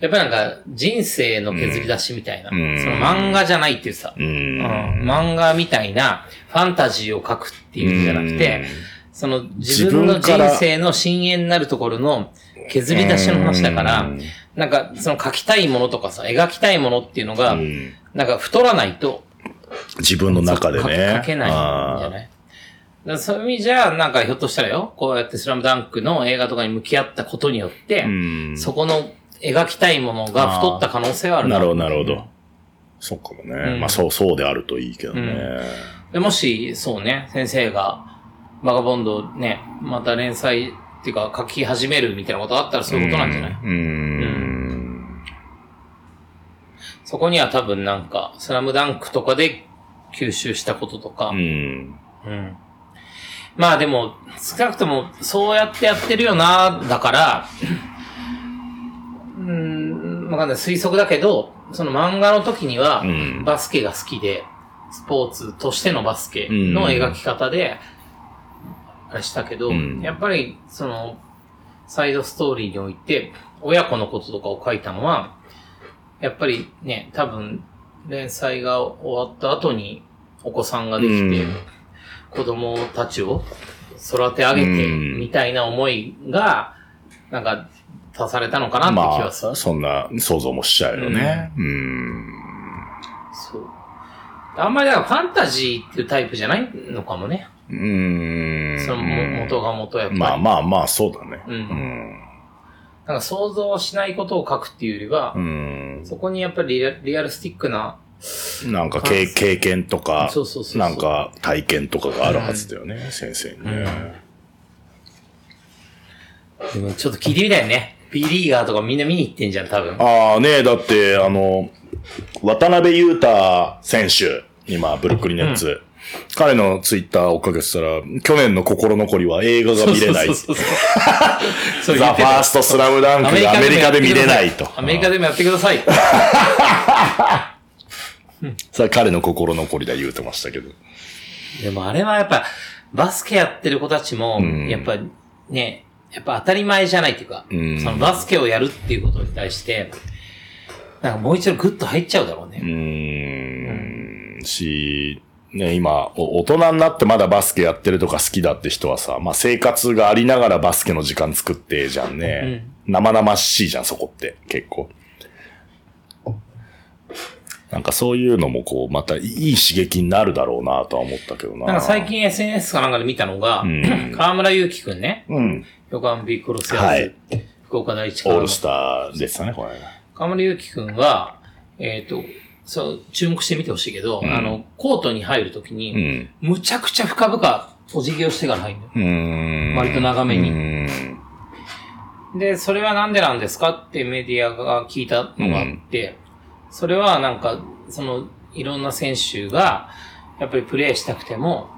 やっぱりなんか人生の削り出しみたいな。んその漫画じゃないっていうさ、う。うんん漫画みたいなファンタジーを書くっていうんじゃなくて、その自分の自分人から生の深淵になるところの削り出しの話だから、なんかその書きたいものとかさ、描きたいものっていうのが、うんなんか太らないと、自分の中でそうね。か書けないんじゃないだからそういう意味じゃ、なんかひょっとしたらよ、こうやってスラムダンクの映画とかに向き合ったことによって、んそこの描きたいものが太った可能性はああーるななるほど、なるほど。そうかもね。んまあ、そう、そうであるといいけどね。でもし、そうね、先生が、バガボンドをね、また連載っていうか書き始めるみたいなことがあったらそういうことなんじゃない、うん。そこには多分なんか、スラムダンクとかで吸収したこととか、うん。うんまあでも、少なくとも、そうやってやってるよな、だから、うーん、わかんない。推測だけど、その漫画の時にはん、バスケが好きで、スポーツとしてのバスケの描き方で、あれしたけど、うんやっぱり、その、サイドストーリーにおいて、親子のこととかを書いたのは、やっぱりね、多分、連載が終わった後に、お子さんができて、うん子供たちを育て上げて、うんみたいな思いが、なんか、足されたのかなって気まはあ、する。そんな想像もしちゃうよね。うん。そう。あんまりだからファンタジーっていうタイプじゃないのかもね。うん。そのうんも元が元やっぱり。まあまあまあ、そうだね。うんん。なんか想像しないことを書くっていうよりは、うん。そこにやっぱりリアリアルスティックな、なんか経経験とかそうそうそうそ、うなんか体験とかがあるはずだよね、先生にね。でもちょっと聞いてみたいね。B リーガーとかみんな見に行ってんじゃん、多分。ああねだって、あの、渡辺裕太選手、今、ブルックリンネッツ。彼のツイッターを追っかけてたら、去年の心残りは映画が見れない。そうそうそうそう。そう言ザ・っフてァたーストスラムダンクがアメリカで見れないと。アメリカでもやってください。それ彼の心残りだ言うてましたけど。でもあれはやっぱ、バスケやってる子たちも、んやっぱね、やっぱ当たり前じゃないっていうか、んそのバスケをやるっていうことに対して、なんかもう一度グッと入っちゃうだろううね。ーん、し、ね、今、お大人になってまだバスケやってるとか好きだって人はさ、まあ生活がありながらバスケの時間作ってじゃんね。生々しいじゃん、そこって、結構。なんかそういうのもこう、またいい刺激になるだろうなとは思ったけどな。なんか最。近 SNS かなんかで見たのが、 河村祐樹くんね、うん。横浜ビークロスヤはーいズ、。福岡第一かオーらルスターでしたね、これ。河村祐樹くんは、えっ、と、そう、注目してみてほしいけど、あの、コートに入るときうに、ん。むちゃくちゃ深々お辞儀をしてから入るのようーん。割と長めにうーん。で、それはなんでなんですかってメディアが聞いたのがあって、それはなんか、その、いろんな選手が、やっぱりプレーしたくても、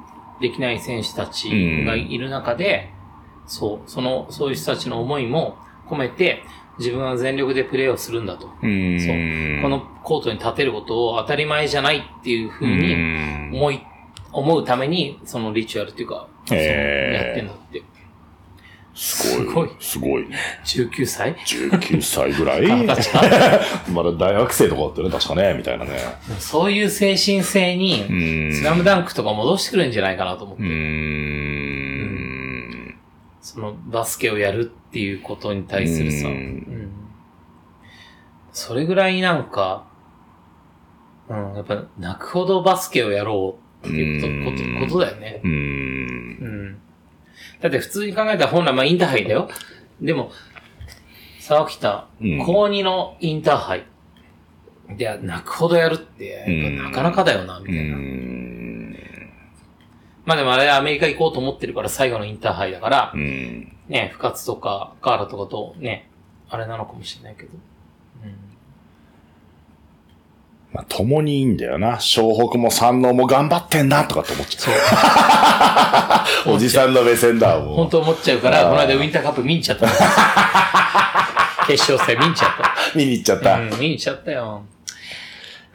できない選手たちがいる中で、そう、その、そういう人たちの思いも込めて、自分は全力でプレーをするんだと。うーん。そうこのコートに立てることを当たり前じゃないっていうふううにーん。思い、思うために、そのリチュアルっていうか、そのへーやってんだって。すごい。すごいね。 19歳19歳ぐらい形かまだ大学生とかだったよね、確かね、みたいなね。そういう精神性に、んスラムダンクとか戻してくるんじゃないかなと思っうて、ーん。そのバスケをやるっていうことに対するさ、ううんんそれぐらいなんか、うん、やっぱ泣くほどバスケをやろうっていうこと,、うんことことだよねう、ーん。うん。だって普通に考えたら本来、まあインターハイだよ。でも、沢北、うん高2のインターハイ。で、泣くほどやるって、うんなかなかだよな、みうたいな。ん。まあでもあれアメリカ行こうと思ってるから最後のインターハイだから、うん。ね、深津とかガーラとかとね、あれなのかもしれないけど。まあ、共にいいんだよな。湘北も山王も頑張ってんなとかって思っちゃう。 おじさんの目線だ、も 本う。当思っちゃうから、この間ウィンターカップ見に行っちゃった。決勝戦見に行っちゃっ。見に行っちゃったた。うん、見に行っちゃったよ。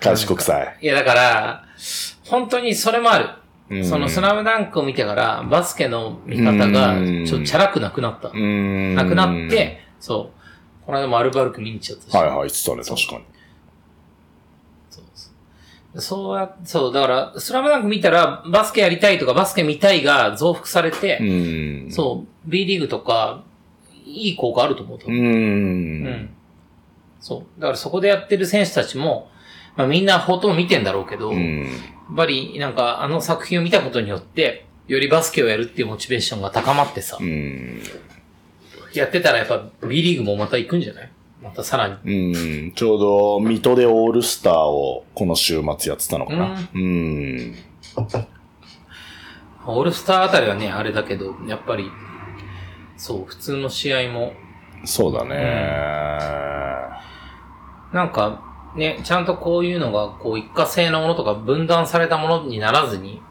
監視国際。いや、だから、本当にそれもある。うんそのスラムダンクを見てから、バスケの見方がうん、ちょっとチャラくなくなったう。ん。なくなっ。て、そう。この間もアルバルク見に行っちゃったし。はいはい、言ってたね、確かに。そうそうそうや、そう、だから、スラムダンク見たら、バスケやりたいとか、バスケ見たいが増幅されて、うん。そう、B リーグとか、いい効果あると思うとう思う。うんん。そう。だからそこでやってる選手たちも、まあみんなほとんど見てんだろうけど、うやん。っぱりなんかあの作品を見たことによって、よりバスケをやるっていうモチベーションが高まってさ、うん。やってたらやっぱ B リーグもまた行くんじゃないまたさらに。うん。ちょうど、水戸でオールスターをこの週末やってたのかな。うん。オールスターあたりはね、あれだけど、やっぱり、そう、普通の試合も、そうだね。なんか、ね、ちゃんとこういうのが、こう、一過性のものとか分断されたものにならずに、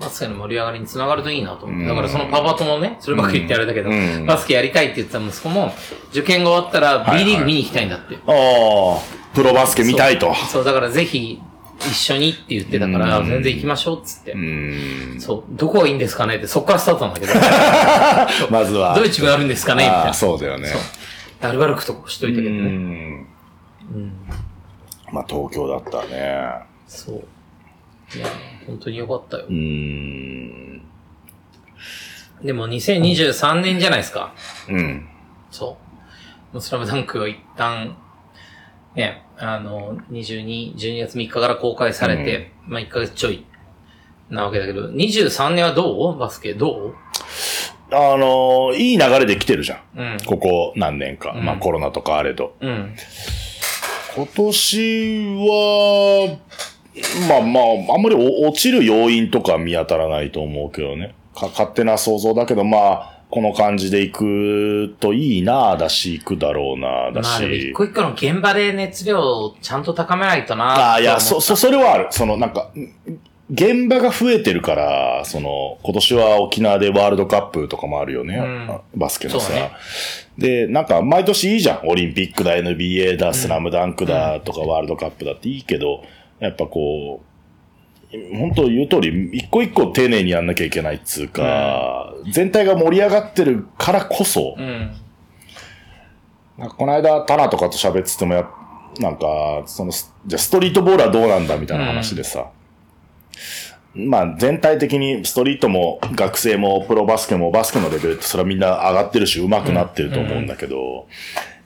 バスケの盛り上がりにつながるといいなと思って。だからそのパパ友ね、そればっかり言ってあれだけど、うんバスケやりたいって言ってた息子も、受験が終わったらいはい B リーグ見に行きたいんだって。ああ、プロバスケ見たいと。そう、だからぜひ、一緒にって言ってたから、うん全然行きましょうっつって。うん。そう、どこがいいんですかねって、そっからスタートな んだけど、まずは。どういうチームがあるんですかねみたいあな。あ、そうだよね。アルバルクとかもしといたけうどね。ん。まあ、東京だったね。そう。いや、本当に良かったよ。うん。でも2023年じゃないですか。うん。そう。もうスラムダンクは一旦、ね、あの、22、12月3日から公開されて、まあ1ヶ月ちょい、なわけだけど、23年はどうバスケどうあのーいい流れで来てるじゃん。うん。ここ何年か。まあ、コロナとかあれど。うん。今年は、まあまあ、あんまりお落ちる要因とか見当たらないと思うけどね。か勝手な想像だけど、まあ、この感じで行くといいなあだし、行くだろうなあだまあでも一し。個一個の現場で熱量をちゃんと高めないとなああ、いや、と思そ、うそ、それはある。その、なんか、ん現場が増えてるから、その、今年は沖縄でワールドカップとかもあるよね。んバスケのそさ、うねで、なんか、毎年いいじゃん。オリンピックだ、NBA だ、スラムダンクだとか、ワールドカップだっていいけど、やっぱこう、本当言う通り、一個一個丁寧にやんなきゃいけないっつうか、全体が盛り上がってるからこそ、うん。なんかこの間、タナとかと喋っててもや、なんか、その、すじゃあストリートボールはどうなんだみたいな話でさ、まあ全体的にストリートも学生もプロバスケもバスケのレベルってそれはみんな上がってるし上手くなってると思うんだけど、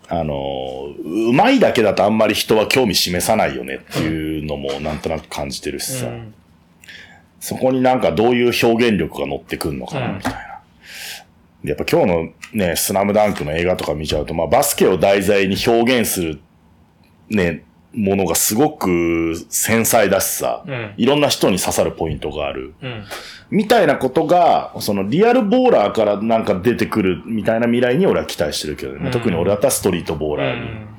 あの、上手いだけだとあんまり人は興味示さないよねっていうのもなんとなく感じてるしさ、うんそこになんかどういう表現力が乗ってくるのかなみたいな。でやっぱ今日のね、スラムダンクの映画とか見ちゃうと、まあバスケを題材に表現するね、ものがすごく繊細だしさ、うんいろんな人に刺さるポイントがある。うん。みたいなことが、そのリアルボーラーからなんか出てくるみたいな未来に俺は期待してるけどね。特に俺だったらストリートボーラーに。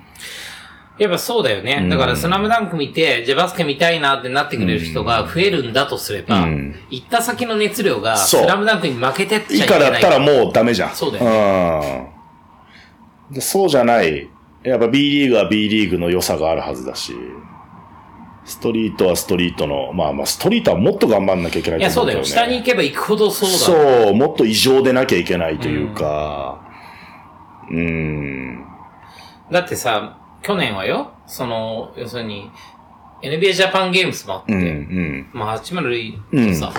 やっぱそうだよね。だから、スラムダンク見て、じゃあバスケ見たいなってなってくれる人が増えるんだとすれば、うん行った先の熱量が、スそうラムダンクに負けてっ以ちゃいけ下ない。だったらもうダメじゃん。そうだうんで。そうじゃない。やっぱ B リーグは B リーグの良さがあるはずだし、ストリートはストリートの、まあまあストリートはもっと頑張んなきゃいけないいとや、そ思ううだけど、よ。ね。下に行けば行くほどそうだ。そう、もっと異常でなきゃいけないというか、うーん。だってさ、去年はよ、その、要するに、NBA ジャパンゲームスもあって、うん、うん。まあ、八丸いとさ、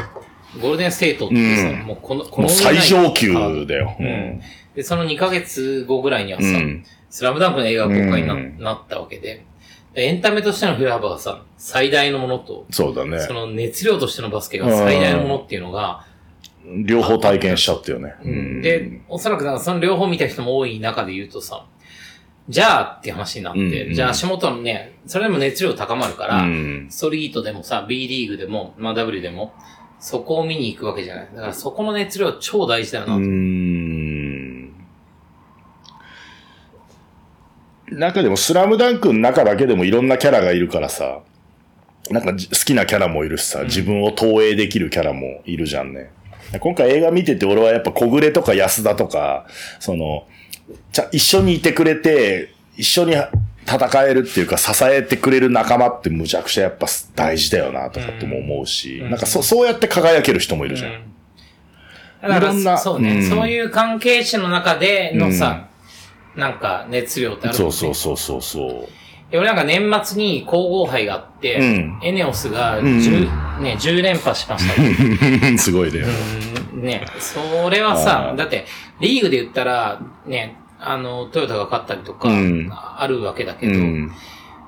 ゴールデンステートってさ、うんもうこの、こものう最上級だよ。ううんん。で、その2ヶ月後ぐらいにはうさ、ん。スラムダンクの映画が公開にな,、うんなったわけで、エンタメとしての振れ幅がさ、最大のものと、そうだね。その熱量としてのバスケが最大のものっていうのが、両方体験しちゃったよね。うんで、おそらくなんかその両方見た人も多い中で言うとさ、じゃあっていう話になって、うんうんじゃあ足元のね、それでも熱量高まるから、うんストリートでもさ、B リーグでも、まあ W でも、そこを見に行くわけじゃない。だからそこの熱量超大事だよな。うーん。なんかでも、スラムダンクの中だけでもいろんなキャラがいるからさ、なんかじ好きなキャラもいるしさ、自分を投影できるキャラもいるじゃんね。今回映画見てて俺はやっぱ小暮とか安田とか、その、ちゃ一緒にいてくれて、一緒に戦えるっていうか、支えてくれる仲間ってむちゃくちゃやっぱ大事だよなとかっても思うし、なんかそそうやって輝ける人もいるじゃん。だからいろんなそうね、うんそういう関係者の中でのさ、なんか熱量ってあるもそんうねそうそうそうそう。いや俺なんか年末に皇后杯があって、うんエネオスがん10、ね、10連覇しました。うん すごいね。ね、それはさあ、ーだって、リーグで言ったら、ね、あの、トヨタが勝ったりとか、うんあるわけだけうど、ん。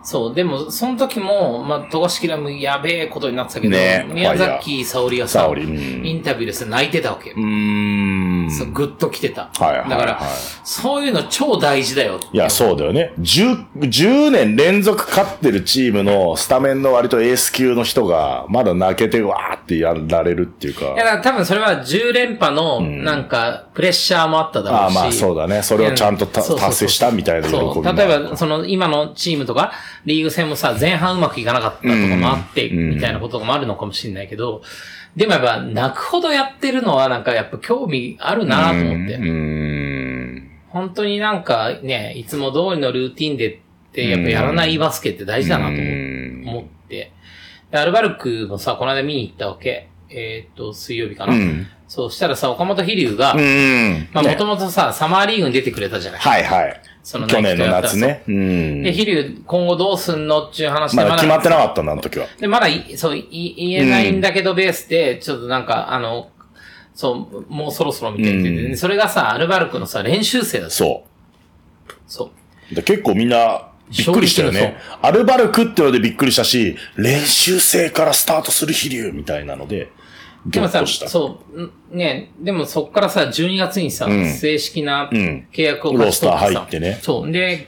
そう、でも、その時も、まあ、戸越キラもやべえことになってたけど、ね宮崎沙織が沙さ、織うんインタビューでさ、泣いてたわけよう。ん。そうグッと来てた。はいはいはいだから、そういうの超大事だよ。いや、そうだよね。10、10年連続勝ってるチームのスタメンの割とエース級の人が、まだ泣けてわーってやられるっていうかいや、。だから多分それは10連覇の、なんか、プレッシャーもあっただろあうあ、し。まあそうだね。それをちゃんとたそうそうそう達成したみたいな喜びそう。もある例えば、その、今のチームとか、リーグ戦もさ、前半うまくいかなかったとかもあって、うんみたいなこともあるのかもしれないけど、でもやっぱ、泣くほどやってるのは、なんかやっぱ興味あるなと思って。うーん。本当になんかね、いつも通りのルーティンでって、やっぱやらないバスケって大事だなとうん思って。でアルバルクもさ、この間見に行ったわけ。えーっと、水曜日かな。うんそうしたらさ、岡本飛龍が、うん。まあもねともとさ、サマーリーグに出てくれたじゃない。はいはい。その去年の夏。ね。うで、ん。飛龍今後どうすんのっていう話でまだ決まってなかったんだ、あの時は。で、まだい、そう、い言えないんだけど、ベースで、ちょっとなんか、あの、そう、もうそろそろみたいな言ってて、うんでそれがさ、アルバルクのさ、練習生だった。そう。そう。で結構みんな、びっくりしたよ衝撃のね。アルバルクってのでびっくりしたし、練習生からスタートする飛竜みたいなので、ゲでもッさ、トした。そう、んね、でもそっからさ、12月にさ、ん正式なうん契約を勝ち取ってさロースター入ってねそう。で、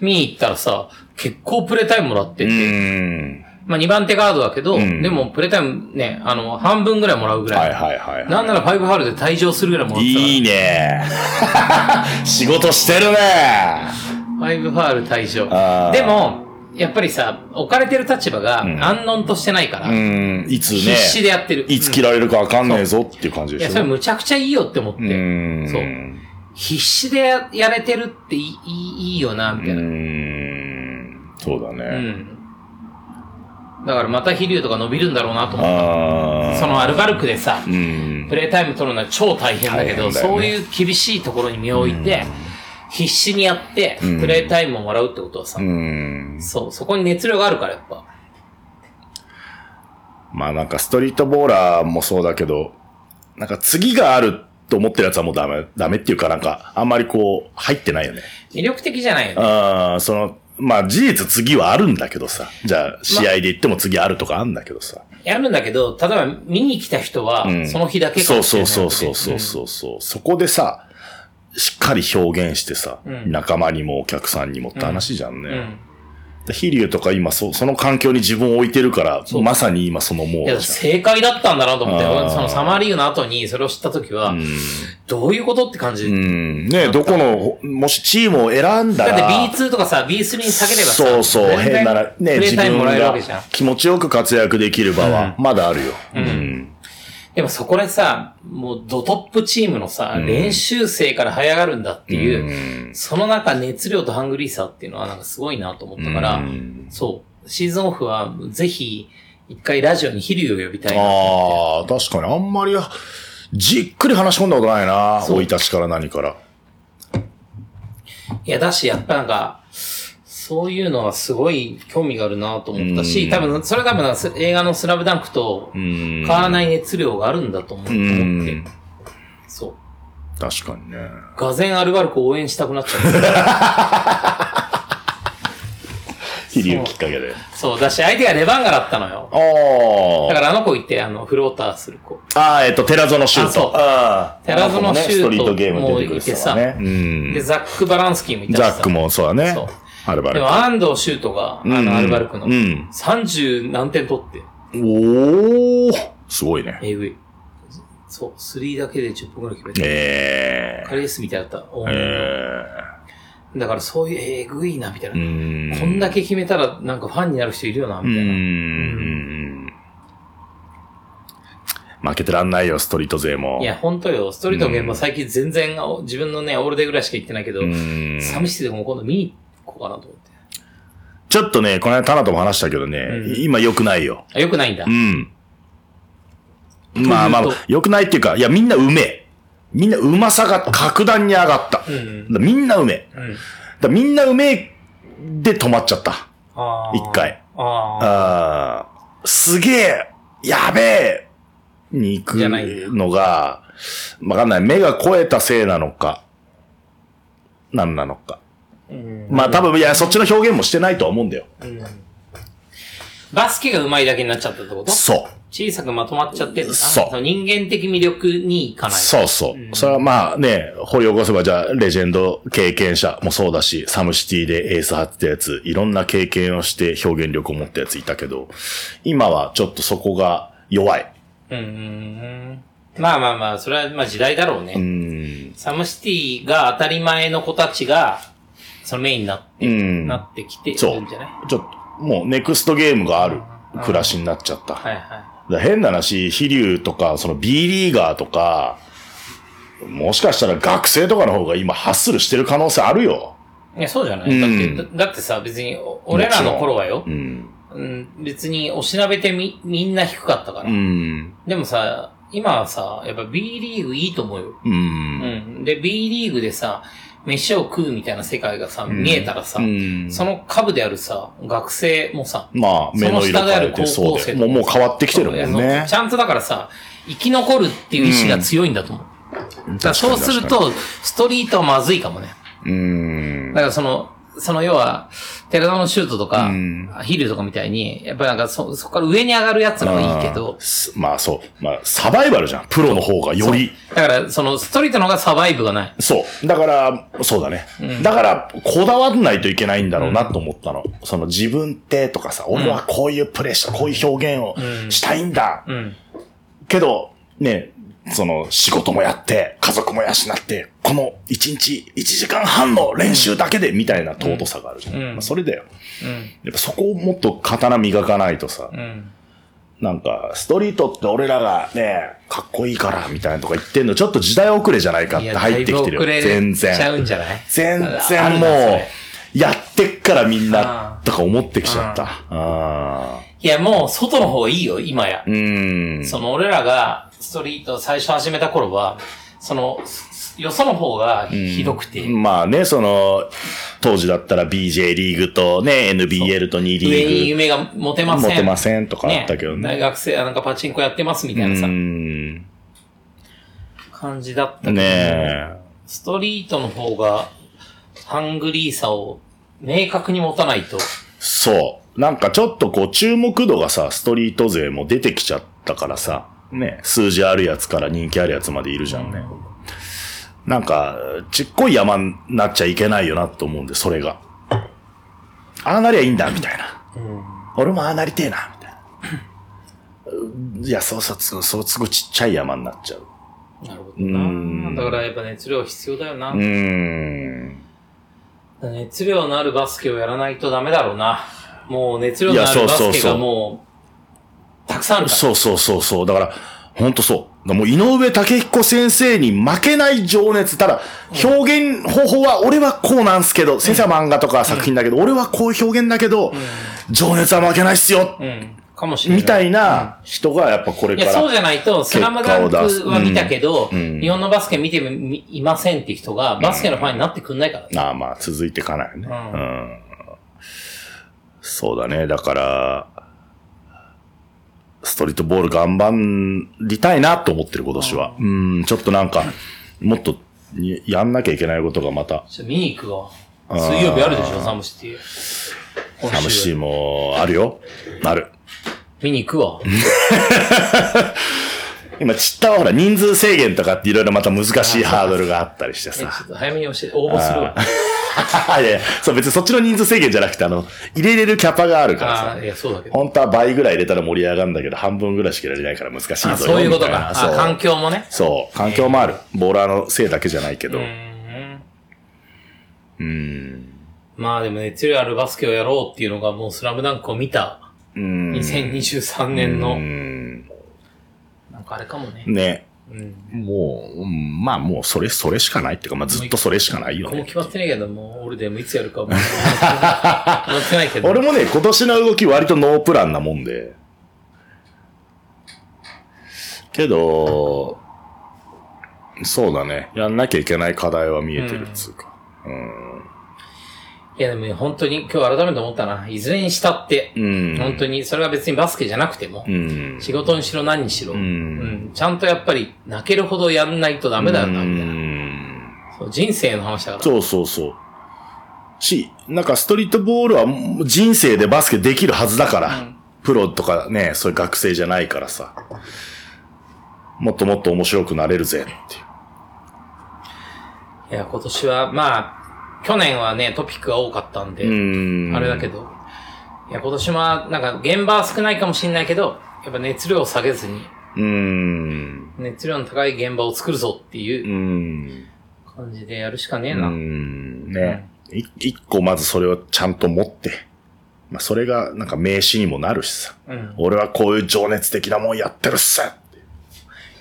見に行ったらさ、結構プレタイムもらってうて、ーん。まあ2番手ガードだけど、んでもプレタイムね、あの、半分ぐらいもらうぐら。はいいはいはいなはんなら5ファウルで退場するぐらいもらい。ってたから。いいね 仕事してるねファイブファール退あ場。ーでも、やっぱりさ、置かれてる立場が安穏としてないから、うん、いつね、必死でやってる。いつ切られるかわかんねえぞっていう感じいでや、そしれょ。むちゃくちゃいいよって思っうて。ーん。そう必死でややれてるっていいいいいいよな、みうたいな。ーん。そうだうね。ん。だからまた飛竜とか伸びるんだろうなと思う。ああ。そのアルバルクでさ、うん。プレイタイム取るのは超大変だけど、大変だよねそういう厳しいところに身を置いて、必死にやって、プレイタイムをもらうってことはさ、うん。そう、そこに熱量があるからやっぱ。まあなんかストリートボーラーもそうだけど、なんか次があると思ってるやつはもうダメ、ダメっていうかなんかあんまりこう入ってないよね。魅力的じゃないよね。あーその、まあ事実次はあるんだけどさ。じゃあ試合で言っても次あるとかあるんだけどさ。やるんだけど、例えば見に来た人は、その日だけかそもうしれそなういそうそうそうそうそう。そこでさ、しっかり表現してさ、仲間にもお客さんにもって話じゃんね。んで飛竜とか今そ、その環境に自分を置いてるから、まさに今そのもういじゃや、ん。正解だったんだなと思って、あーそのサマーリーグの後にそれを知った時は、どういうことって感じ。うん。ねどこの、もしチームを選んだだら。って B2 とかさ、B3 に下げればさ、そうそう、全然変なら、ね、プレ自イタイム分もらえるわがけじゃん。気持ちよく活躍できる場は、まだあるよ。うん。でもそこでさ、もうドトップチームのさ、練習生から這い上がるんだっていう、その中熱量とハングリーさっていうのはなんかすごいなと思ったから、うんそう、シーズンオフはぜひ、一回ラジオに飛竜を呼びたいな。ああ、確かに、あんまり、じっくり話し込んだことないな、そう生い立ちから何から。いや、だし、やっぱなんか、そういうのはすごい興味があるなと思ったし、多分、それは多分、す映画のスラムダンクと変わらない熱量があるんだと思うう思って、ん。そう。確かにね。 がぜアルバルクを応援したくなっちゃった。飛竜きっかけで。そう、だし相手がレバンガだったのよ。おだかー。らあの子いて、あの、フローターする子。あー、えっと、テラゾのシュあーそト。うあーテラゾのシュートストリートゲーム出てくる人だね。うん。で、ザック・バランスキーもいたしザさック。もそうだねそう。アルバでルも、安藤シュートが、あうんうんの、アルバルクの、うん30何点取って、ク。おー。すごいね。えぐい。そう、3だけで10分ぐらい決めて、えカリエスみたいだった。おー。ーえだから、そういう、えぐいな、みたー。いうな。ん。こんだけ決めたら、なんかファンになる人いるよな、うみたいな。ん。負けてらんないよ、ストリート勢も。いや、ほんとよ、ストリートの現場最近全然、お自分のね、オールデーぐらいしか行ってないけどう、ん。寂しくても今度見に行こうかなと思って。ちょっとね、この間、タナとも話したけどね、うん今良くないよ。あ、よくないんだう。ん。まあまあというと、良くないっていうか、いや、みんなうめえ。みんなうまさが格段に上がった。うん。うだん。からみんなうめえ。だからみんなうめえで止まっちゃった。あー一回。ああーすげえやべえに行くじゃないんのが、わかんない。目が超えたせいなのか、なんなのか。あ。うんまあ多分、いや、そっちの表現もしてないとは思うんだよ。バスケが上手いだけになっちゃったってことそ小さくまとまっちゃってんだなそうの人間的魅力にいかう。ない。そうそう。それはまあね、掘り起こせば、じゃあ、レジェンド経験者もそうだし、サムシティでエース張ってたやつ、いろんな経験をして表現力を持ったやついたけど、今はちょっとそこが弱い。うんうんうん。まあまあまあ、それはまあ時代だろうね。うん。サムシティが当たり前の子たちが、そのメインになって、うんなってきてるんじそゃう。ないちょっと、もうネクストゲームがある暮らしになっちゃった。はいはだから変な話、飛竜とか、その B リーガーとか、もしかしたら学生とかの方が今ハッスルしてる可能性あるよ。い。いや、そうじゃない、うんだって、だだってさ、別に、お俺らの頃はよう、ん。うん、別におしなべてみ、みんな低かったから。うん。でもさ、今はさ、やっぱ B リーグいいと思うよ。う。うんん。で、B リーグでさ、飯を食うみたいな世界がさ、見えたらさ、うんその下部であるさ、学生もさ、まあ、目の色変えてそのそう下である高校生で。ともう、もう変わってきてるもいやんそのねち。ゃんとだからさ、生き残るっていう意志が強いんだと思う。だからそうすると、ストリートはまずいかもね。うん。だからその、その要は、テラダのシュートとかうん、ヒルとかみたいに、やっぱなんかそ、そこから上に上がるやつらはいいけど、すまあそう。まあ、サバイバルじゃん。プロの方がより。だからそのストリートの方がサバイブがない。そう。だから、そうだね。だから、こだわんないといけないんだろうなと思ったの。その自分ってとかさ、俺はこういうプレッシャー、こういう表現をしたいんだ。うん。けど、ね、その仕事もやって、家族も養って、この1日1時間半の練習だけで、みたいな尊さがあるじゃん。うんまあそれだよ。うん。やっぱそこをもっと刀磨かないとさ、うん。なんか、ストリートって俺らがね、かっこいいから、みたいなとか言ってんの、ちょっと時代遅れじゃないかっいてや、入ってきてるよ。だいぶ遅れ全ちゃう然。んじゃない全あ然るもなそれう、やってっからみんなあ、とか思ってきちゃった。あいや、もう外の方がいいよ、今やー。うん。その俺らがストリートを最初始めた頃は、その、すよその方がひどくて、まあね、その、当時だったら BJ リーグとね、NBL と2リーグ。上に夢が持てません。持てませんとかあったけどね大学生、あなんかパチンコやってますみたいなさ、うん。ね感じだったけど、え。ストリートの方が、ハングリーさを明確に持たないと。そう。なんかちょっとこう注目度がさ、ストリート勢も出てきちゃったからさ、ね、数字あるやつから人気あるやつまでいるじゃんね。なんか、ちっこい山になっちゃいけないよなと思うんで、それが。ああなりゃいいんだ、みたいな。俺もああなりてえな、みたいな。うんいや、そうそう、そうそう、すぐちっちゃい山になっちゃう。なるほどうんな。だからやっぱ熱量必要だよな。うーん。熱量のあるバスケをやらないとダメだろうな。もう熱量のいやあそるうバそうそうスケがもう、たくさんあるから。そうそうそうそう。だから、ほんとそう。だからもう井上武彦先生に負けない情熱。ただ、表現方法は、俺はこうなんすけど、先生は漫画とか作品だけど、俺はこういう表現だけど、情熱は負けないっすよ、うん。かもしれない。みたいな人がやっぱこれいかや、そうら。じゃないと、スラムダンクは見たけど、うんうん日本のバスケ見てみいませんって人が、バスケのファンになってくんないからね。ああまあ、続いていかないよね。んうん。そうだね。だから、ストリートボール頑張りたいなと思ってる今年は。うん、ちょっとなんか、もっとにやんなきゃいけないことがまたちょっと見に行くわ。水曜日あるでしょ、サムシティ。サムシーもあるよ。ある。見に行くわ。今、ちったはほら、人数制限とかっていろいろまた難しいハードルがあったりしてちょさ。 っと早めに教えて、応募するわ。いやいや、そう別にそっちの人数制限じゃなくて、あの、入れれるキャパがあるからあさあ、。いや、そうだけど。本当は倍ぐらい入れたら盛り上がるんだけど、半分ぐらいしか入れれないから難しいぞよあそういうことみたか。なあそう環境もね。そう。環境もある。ボーラーのせいだけじゃないけど。う。うんーん。まあでも熱量あるバスケをやろうっていうのがもうスラムダンクを見たうーん。 2023年うーの、んなんかあれかもね。ね。うん。もう、うんまあもうそれ、それしかないっていうか、まあずっとそれしかないよ僕もね。決まってないけど、もう俺でもいつやるか も。決まってないけど。俺もね、今年の動き割とノープランなもんで。けど、そうだね。やんなきゃいけない課題は見えてるっつうか。いやでもね本当に今日改めて思ったな。いずれにしたって、うん本当にそれは別にバスケじゃなくても、うん。仕事にしろ何にしろ、うんんちゃんとやっぱり泣けるほどやんないとダメだよな、うみたいん。な。そう人生の話だから。そうそうそう。し、なんかストリートボールはもう人生でバスケできるはずだから。プロとかね、そういう学生じゃないからさ。もっともっと面白くなれるぜっていう。いや、今年は、まあ、去年はね、トピックが多かったんで、うんあれだけど、いや、今年は、なんか、現場は少ないかもしれないけど、やっぱ熱量を下げずに、うーん。熱量の高い現場を作るぞってういー。うん感じでやるしかねえうーな。ん。ね。い一個まずそれをちゃんと持って。まあ、それがなんか名刺にもなるしさ。うん俺はこういう情熱的なもんやってるっすってい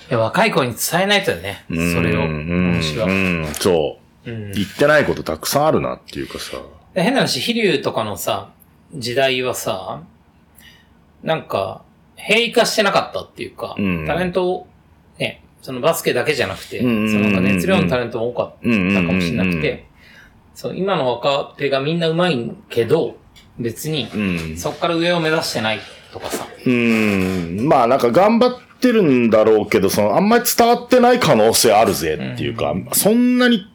や、若い子に伝えないとよね、それを。うん。私は。うん。そう。言ってないことたくさんあるなっていうかさ。で変な話、飛竜とかのさ、時代はさ、なんか、平易化してなかったっていうか、うんタレントを、ね、そのバスケだけじゃなくて、そうんうんうんうんのなんか熱量のタレントも多かったかもしれなうんうんうくんうんて、そう、今の若手がみんな上手いけど、別に、んそっから上を目指してないとかさ、うーん。まあなんか頑張ってるんだろうけど、そのあんまり伝わってない可能性あるぜっていうか、そんなに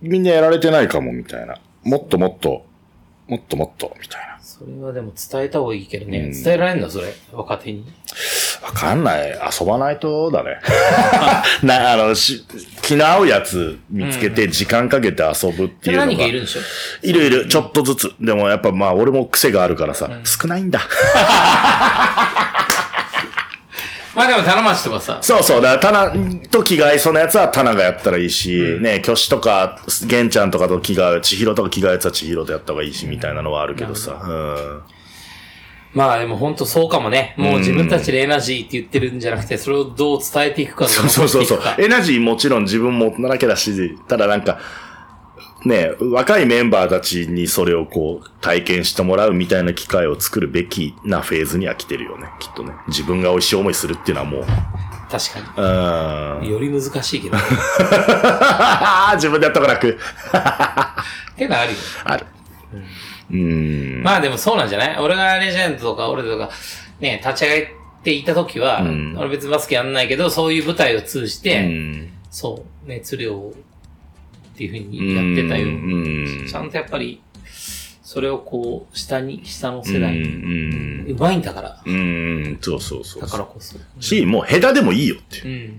みんなやられてないかもみたいな。もっともっと、もっともっと、みたいな。それはでも伝えた方がいいけどね、伝えられんだ、それ、若手に。わかんない。遊ばないとだね。 な、あの、し、気の合うやつ見つけて時間かけて遊ぶってそいうれのが。何かいるんでしょいるいる、ちょっとずつ。でもやっぱまあ俺も癖があるからさ、少ないんだ。まあでも、棚町とかさ、そうそう。だから、タナと気が合いそうなやつはタナがやったらいいし、ね、挙手とか、ゲンちゃんとかと気が合う、千尋とか気が合うやつは千尋とやった方がいいし、みたいなのはあるけどさ。うん。まあでも本当そうかもね。もう自分たちでエナジーって言ってるんじゃなくて、それをどう伝えていくかそうそうそうそうどう残っていくかエナジーもちろん自分も大人だらけだし、ただなんか、ね、若いメンバーたちにそれをこう、体験してもらうみたいな機会を作るべきなフェーズには来てるよね、きっとね。自分が美味しい思いするっていうのはもう、 確かうん。に。より難し いけど。っ自分でやった方が楽。てのはあるよ。 ある。うん。まあでもそうなんじゃない俺がレジェンドとか俺とか、ね、立ち上げていた時は、うん俺別にバスケやんないけど、そういう舞台を通じて、うんそう、熱量をっていうふうにやってたよ。うんちゃんとやっぱり、それをこう、下に、下の世代うに、ん。うまいんだから、うん。そうそうそう。だからこそ。し、もう下手でもいいよっていう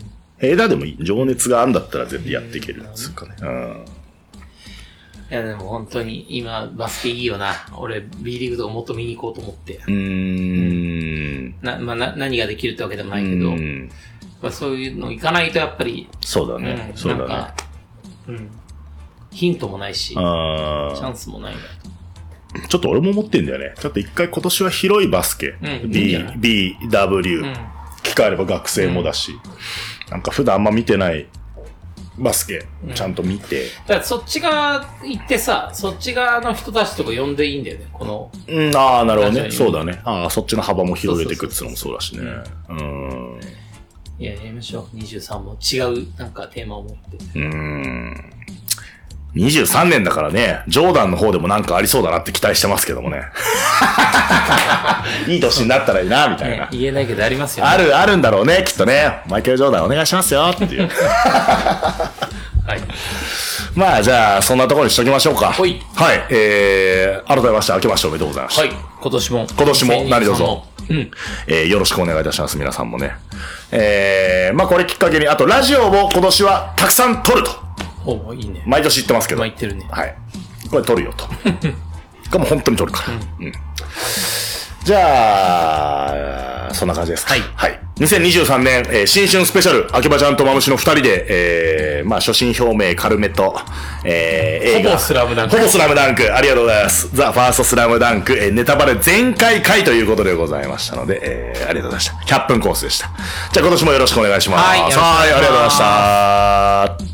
う。ん。下手でもいい。情熱があんだったら全然やっていける。つうかね。うん。いやでも本当に今バスケいいよな。俺 B リーグとかもっと見に行こうと思って。うん。な、まあ、な、何ができるってわけでもないけど、うんまあそういうの行かないとやっぱり、そうだうん、ね。そうなだんねか。、うん、ヒントもないし、チあャンスもないな。ーちょっと俺も思ってんだよね。ちょっと一回今年は広いバスケ。うん B いいんじゃな、 B、W ん。機会あれば学生もだし。なんか普段あんま見てないバスケ、ちゃんと見て。だからそっち側行ってさ、そっち側の人たちとか呼んでいいんだよね。この、うん、ああ、なるほどね。確かにそうだね。ああ、そっちの幅も広げていくっていうのもそうだしね。うん。いや、やりましょう。23も違うなんかテーマを持っうて。ーん。23年だからね、ジョーダンの方でもなんかありそうだなって期待してますけどもね。 いい年になったらいいな、みたいねな、。言えないけどありますよね。ある、あるんだろう ね、きっとね。マイケル・ジョーダンお願いしますよ、っていう。はい。まあ、じゃあ、そんなところにしときましょうか。ほいはい。えー、改めまして、明けましておめでとうございます。はい。今年も。今年も何卒2023もうん。えーよろしくお願いいたします、皆さんもね。えー、まあこれきっかけに、あとラジオも今年はたくさん撮ると。おういいね。毎年言ってますけど。今言はってるね。い。これ撮るよと。これもう本当に撮るから。うん。じゃあ、そんな感じですか。はいはい。2023年、えー新春スペシャル、秋葉ちゃんとまむしの二人で、えー、まあ、初心表明軽めと、えー、映画。ほぼスラムダンクほぼスラムダンク。ありがとうございます。ザ・ファーストスラムダンク、えーネタバレ全開回ということでございましたので、えー、ありがとうございました。100分コースでした。じゃあ今年もよろしくお願いします。はいよろしくお願いしますはいありがとうございました。